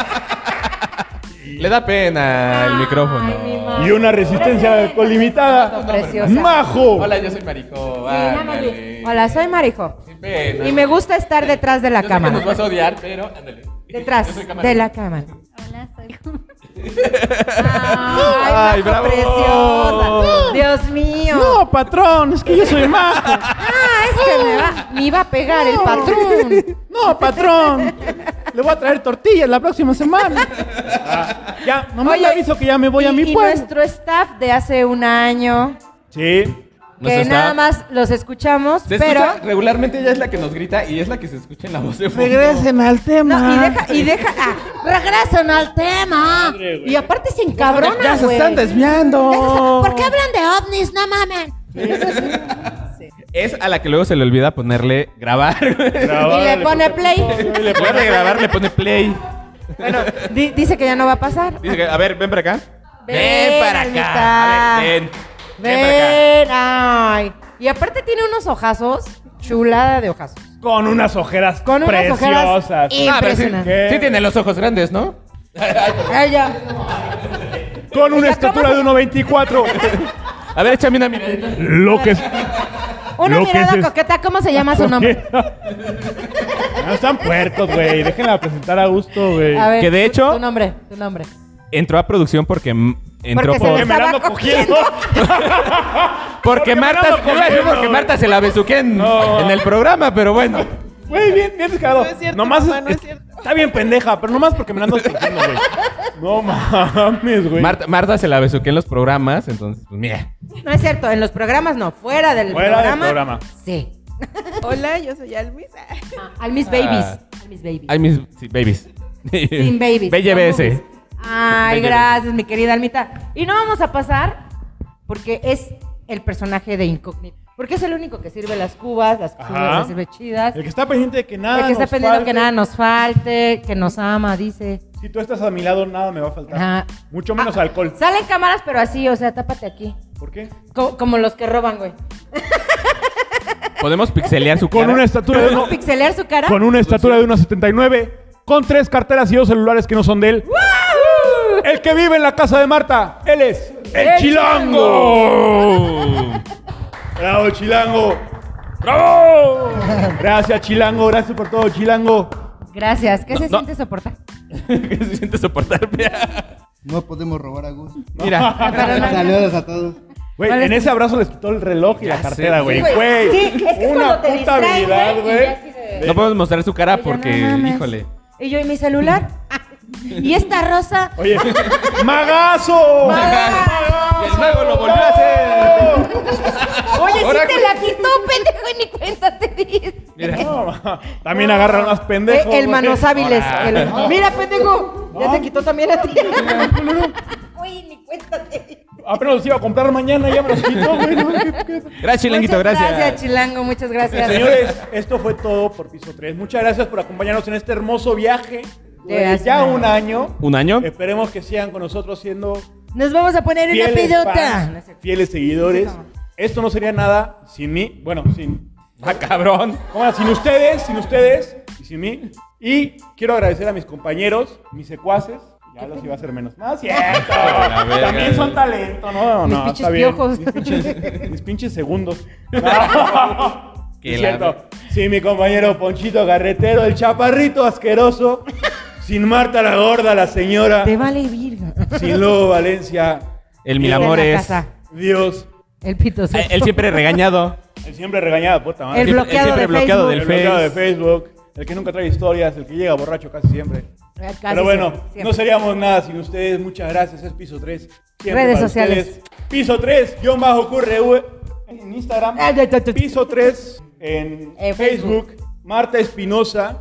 A: Le da pena el
C: Ay, mi
A: micrófono.
C: madre.
B: y una resistencia colimitada.
C: Preciosa.
B: Majo.
A: Hola, yo soy marico.
C: Sí, nada más
A: ándale.
C: di- Hola, soy Marijo.
A: Sin pena.
C: Y me gusta estar detrás de la
A: Yo sé que
C: cámara.
A: nos vas a odiar, pero ándale. Yo
C: Detrás
A: soy cámara.
C: de la cámara.
F: Hola, soy como-
C: Ay,
A: Ay,
C: Majo
A: bravo.
C: preciosa. Dios mío.
B: No, patrón, es que yo soy Majo.
C: Ah, es que me, va, me iba a pegar el patrón.
B: No, patrón. Le voy a traer tortillas la próxima semana. Ah, ya, nomás le
C: Oye,
B: aviso que ya me voy a
C: y-
B: mi
C: y
B: pueblo.
C: nuestro staff de hace un año,
B: Sí.
A: Nuestro
C: que
A: staff.
C: nada más los escuchamos,
A: Se
C: pero...
A: escucha, regularmente ella es la que nos grita y es la que se escucha en la voz de fondo.
B: al tema.
C: No, y deja, y deja, ah, regresen al tema. y aparte se encabronan, güey.
B: desviando.
C: Ya se están- ¿Por qué
F: hablan de ovnis? No mamen.
A: Es a la que luego se le olvida ponerle grabar. Ah,
C: Y le pone play.
A: le pone grabar, le pone play.
C: Bueno, di- dice que ya no va a pasar.
A: Dice que, a ver, ven para acá.
C: Ven, Almita.
A: A ver, ven. Ven para acá.
C: Ven, ay. Y aparte tiene unos ojazos, chulada de ojazos.
B: Con unas ojeras
C: Con unas
B: preciosas.
C: ojeras y-
A: Ah, pero sí,
C: Impresionante.
A: sí tiene los ojos grandes, ¿no?
C: Ay, ya.
B: Con una
C: O sea, ¿cómo
B: estatura de 1.24.
A: A ver, échame una miradita.
D: Lo que es.
C: Una
D: Lo que
C: mirada
D: es es-
C: coqueta, ¿cómo se llama su nombre?
B: no están puertos, güey. Déjenla presentar a gusto, güey.
C: A ver,
A: Que de
C: tu-
A: hecho-
C: Tu nombre, tu nombre.
A: Entró a producción porque m- entró
C: Porque se
A: por.
B: Que
C: le-
B: me la ando
C: Estaba
B: cogiendo.
A: Porque Marta.
B: Porque me ando
A: iba a decir
B: cogiendo,
A: porque
B: güey.
A: Marta se la besuqué en,
B: No.
A: en el programa, pero bueno.
B: Güey, bien, bien descarado.
G: No es cierto,
B: nomás
G: mamá, no es
B: es-
G: cierto.
B: Está bien pendeja, pero nomás porque me la ando cogiendo, güey. No mames, güey.
A: Marta, Marta se la besuqué en los programas, entonces, pues mira.
C: No es cierto, en los programas no, fuera del
B: Fuera del
C: programa.
B: programa.
C: Sí.
G: Hola, yo soy Almis.
C: Al Miss Babies. Al Miss Babies.
A: Ay, mis sí, babies.
C: Sin babies.
A: BBS.
C: Ay,
A: Bella
C: gracias, mi querida Almita. Y no vamos a pasar porque es el personaje de Incógnito. Porque es el único que sirve las cubas, las que
B: Ajá.
C: sirve, las sirve chidas.
B: El que está pendiente de que nada.
C: El que está
B: Ah, nos
C: pendiente que
B: falte.
C: nada nos falte, que nos ama, dice.
B: Si tú estás a mi lado, nada me va a faltar.
C: Ajá. Ah,
B: Mucho menos alcohol.
C: Salen cámaras, pero así, o sea, tápate aquí.
B: ¿Por qué?
C: Co- como los que roban, güey.
A: Podemos pixelear su
B: Con
A: cara?
B: una estatura de uno-
C: ¿Podemos pixelear su cara?
B: con una estatura de 1.79, con tres carteras y dos celulares que no son de él. El que vive en la casa de Marta, él es el,
C: El
B: chilango.
A: ¡Oh!
B: Bravo, chilango. Bravo. Gracias, chilango. Gracias por todo, chilango.
C: Gracias. ¿Qué
A: No,
C: se
A: no.
C: siente soportar?
A: que se siente soportarme.
H: No podemos robar a gusto.
A: Mira.
H: Saludos a todos.
B: Güey,
C: Vale.
B: en ese abrazo les quitó el reloj y
A: Ya
B: la
A: sé,
B: cartera, güey.
A: sí,
B: Güey,
C: Sí, es que
B: una
C: es cuando te
B: puta
C: distraen,
B: habilidad,
C: güey, y
B: güey.
C: ya así de-
A: No podemos mostrar su cara
C: Oye,
A: porque,
C: no mames.
A: híjole.
C: Y yo y mi celular. y esta rosa.
B: Oye, magazo.
A: Y el mago lo volvió a hacer.
C: Oye, si
A: Ahora-
C: te la quitó, pendejo, y ni cuenta te diste.
A: Mira.
B: No, ma- también agarran más pendejos.
C: Eh,
B: güey.
C: el manos hábiles.
A: Ahora.
C: el- Mira, pendejo. Ya te quitó también a ti. Oye, ni cuenta te diste.
B: Apenas los iba a comprar mañana, ya me los quitó, güey. No, qué- qué-
A: Gracias, Chilanguito,
C: Muchas
A: gracias.
C: Gracias, Chilango. Muchas gracias.
B: Señores, esto fue todo por piso 3. Muchas gracias por acompañarnos en este hermoso viaje.
C: De
B: Durante
C: hace
B: ya
C: un
B: un año.
A: ¿Un año?
B: Esperemos que sigan con nosotros siendo
C: Nos vamos a poner una
B: fieles,
C: pedota.
B: fans, fieles seguidores. Esto no sería nada sin mí. Bueno, sin.
A: Ah, cabrón.
B: ¿cómo era? sin ustedes, sin ustedes y sin mí. Y quiero agradecer a mis compañeros, mis secuaces. Ya los iba a hacer menos. No, es cierto.
A: La verga,
B: También son
A: güey.
B: talento, ¿no? No,
C: Mis
B: no,
C: pinches
B: está bien.
C: piojos.
B: Mis pinches, mis pinches segundos. No.
A: Que
B: es
A: la-
B: cierto. Sí, mi compañero Ponchito Garretero, el chaparrito asqueroso. Sin Marta la gorda, la señora.
C: Te vale virga.
B: Sin Lobo Valencia.
A: El
B: Dios-
A: Milamor
C: En la
A: es.
C: casa.
B: Dios.
C: El pito.
A: Eh, Él siempre regañado.
B: El siempre regañado, puta madre.
C: El
A: siempre-
C: bloqueado
A: siempre
C: de
A: bloqueado
B: El
A: del
C: Facebook.
B: bloqueado de
A: Face.
B: Facebook. El que nunca trae historias, el que llega borracho casi siempre.
C: Casi
B: Pero bueno,
C: siempre, siempre.
B: no seríamos nada sin ustedes. Muchas gracias. Es Piso 3.
C: Redes sociales.
B: Piso 3, guión bajo ocurre. en Instagram.
C: Ah, ya, ya, ya.
B: Piso 3 en
C: Eh,
B: Facebook. Marta Espinosa.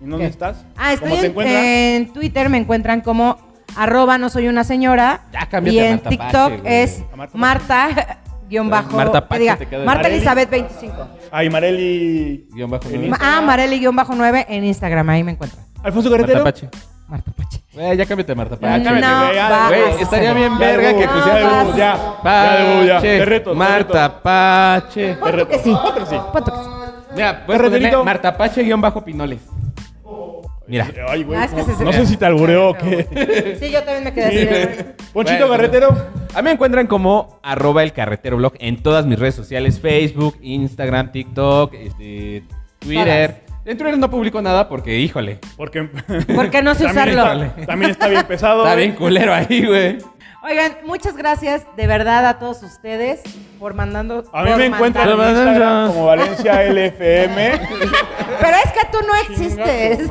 B: ¿En dónde
C: ¿Qué?
B: estás?
C: Ah, estoy
B: ¿Cómo te
C: en,
B: encuentras?
C: en Twitter, me encuentran como arroba no soy una señora.
A: Ya,
C: y
A: cámbiate a
C: en
A: Marta
C: TikTok
A: Pache, güey.
C: es
B: A Marta
C: Marta guión bajo.
A: Marta
C: que
A: Pache
C: diga,
A: te queda de-
C: Marta
B: Mareli.
C: Elizabeth 25.
B: Ay, Mareli.
A: Guión bajo.
B: En
A: ¿no?
C: Ma- Ah, Mareli guión bajo 9 en Instagram, ahí me encuentran.
B: Alfonso
A: Marta
B: Carretero.
A: Pache.
C: Marta Pache.
A: Güey, ya cámbiate a Marta
B: Eh, Ya,
A: Pache.
B: cámbiate,
C: No, Ah,
B: güey, ya,
C: vas.
A: Güey, estaría bien verga que
B: No,
A: pusieras...
B: vas. Ya, ya, debo, ya. Te reto, te
A: Marta Pache.
B: Te
C: Pon tú
B: reto.
C: que sí.
B: Otro sí.
C: Pon tú que sí. Eh,
A: Mira, puedes
B: Carreterito.
A: ponerle Marta Pache guión bajo Pinoles. Mira.
B: Ay, güey.
C: Ah, es que se-
B: No sé si te albureó o qué.
C: Sí, yo también me quedé así.
B: Sí,
C: de-
B: güey. Ponchito
A: Bueno.
B: Carretero.
A: A mí me encuentran como arroba el carretero blog en todas mis redes sociales, Facebook, Instagram, TikTok, este, Twitter. En Twitter no publico nada porque, híjole,
B: Porque.
C: ¿Por qué no sé
B: también
C: usarlo?
B: está- también está bien pesado.
A: está
B: güey.
A: bien culero ahí, güey.
C: Oigan, muchas gracias de verdad a todos ustedes por mandando.
B: A mí
C: por
B: me encuentran en
C: mandar-
A: Mandan-
B: Instagram como Valencia LFM.
C: Pero es que tú no existes.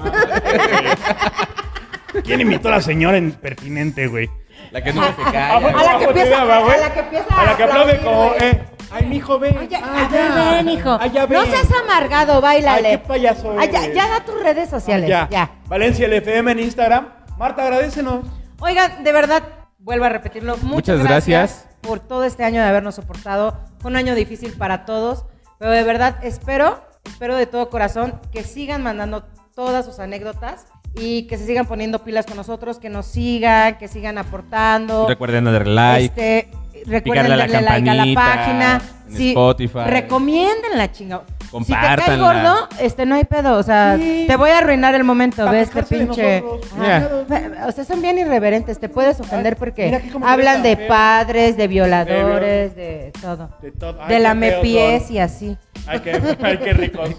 B: ¿Quién invitó a la señora impertinente, güey?
A: La que nunca se
B: Ah,
A: calla.
B: bueno,
C: A la que
B: abajo te
C: empieza-
B: daba, güey.
C: a la que empieza a
B: A la que aplaude
C: aplaudir,
B: como,
C: güey.
B: eh. Ay, mijo, ven.
C: Ay, ya, a
B: Ah,
C: ver,
B: ya.
C: ven, hijo.
B: Ay, ya,
C: No
B: ven.
C: seas amargado, bailale.
B: Ay, qué payaso
C: Ay, ya,
B: eres.
C: ya da tus redes sociales.
B: Ah, Ya.
C: Ya.
B: Valencia LFM en Instagram. Marta, agradecenos.
C: Oigan, de verdad, vuelvo a repetirlo. Muchas,
A: Muchas
C: gracias,
A: gracias.
C: por todo este año de habernos soportado. Fue un año difícil para todos, pero de verdad espero, espero de todo corazón que sigan mandando todas sus anécdotas y que se sigan poniendo pilas con nosotros, que nos sigan, que sigan aportando.
A: Recuerden darle like.
C: Este, recuerden
A: picarle a la
C: darle like a la
A: campanita,
C: página.
A: en Spotify.
C: Recomienden la chinga. Si te caes
A: Compártanla.
C: gordo, este, no hay pedo. O sea,
B: Sí.
C: te voy a arruinar el momento
B: Pa'
C: de este
B: quejarse de
C: pinche.
B: nosotros,
C: Ajá.
B: chingados.
C: Ve- O sea, son bien irreverentes. Te puedes
B: Ay,
C: ofender
B: mira
C: porque
B: aquí cómo
C: hablan de
B: grita, feo.
C: padres, de violadores, de todo.
B: De todo. Ay,
C: De
B: qué
C: la
B: feos
C: mepies
B: son.
C: y así.
B: Ay, qué, ay, qué ricos.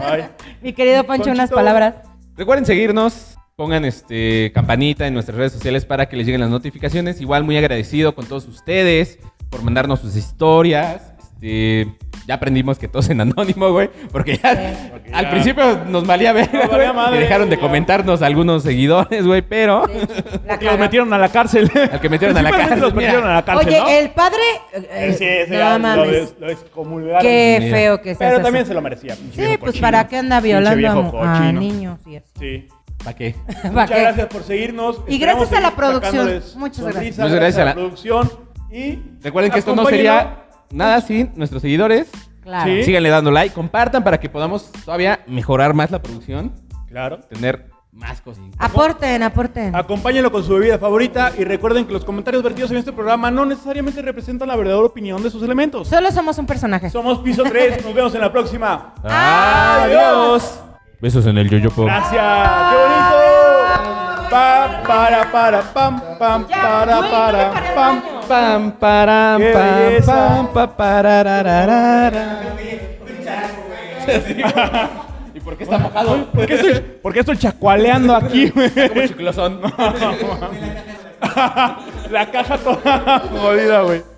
B: Ay.
C: Mi querido Pancho, unas
B: Ponchito.
C: palabras.
A: Recuerden seguirnos. Pongan este campanita en nuestras redes sociales para que les lleguen las notificaciones. Igual muy agradecido con todos ustedes por mandarnos sus historias. Este, ya aprendimos que todos en anónimo, güey, porque ya
B: Porque
A: al
B: ya-
A: principio nos valía ver,
B: Nos valía madre,
A: y dejaron de
B: ya.
A: comentarnos algunos seguidores, güey, pero
C: La
B: Que los
C: caga-
B: metieron a la cárcel.
A: Al que metieron a la
B: Principalmente
A: cárcel,
B: los metieron
A: mira.
B: a la cárcel,
C: Oye,
B: ¿no?
C: el padre. eh, eh,
B: Sí, ese
C: no
B: ya lo,
C: mames.
B: des- lo excomulgaron.
C: Qué
A: Mira.
C: feo que seas
B: Pero
C: así.
B: también se lo merecía. pinche
C: Sí,
B: viejo
C: pues
B: cochino.
C: para qué anda
B: Pinche
C: violando a,
B: viejo
C: mu- a
B: cochino.
C: niños. y eso?
B: Sí.
A: ¿para qué?
C: ¿Pa'
B: Muchas
C: qué?
B: gracias por seguirnos.
C: Y
B: Esperamos
C: gracias a la
B: seguir
C: producción.
B: sacándoles
C: Muchas gracias.
B: sonrisas,
A: Muchas gracias a la-
B: producción. Y
A: Recuerden que esto no
B: acompáñenos.
A: sería nada sin nuestros seguidores.
C: Claro.
B: Sí.
A: Síganle dando like, compartan para que podamos todavía mejorar más la producción,
B: Claro.
A: tener más cosas.
C: Aporten, aporten.
B: Ah. Acompáñenlo con su bebida favorita y recuerden que los comentarios vertidos en este programa no necesariamente representan la verdadera opinión de sus elementos.
C: Solo somos un personaje.
B: Somos Piso 3, nos vemos en la próxima.
A: Adiós. Besos en el yoyo pop.
B: Gracias, qué bonito. Pa, para, para, pam, pam, para, para, pam.
A: Pam, param,
B: Qué
A: pam,
B: belleza.
A: pam, pa, pararararara. ¿Y por qué está mojado?
B: ¿Por qué estoy, por qué estoy chacualeando aquí? güey?
A: Como chiclosón.
B: La caja toda jodida, güey.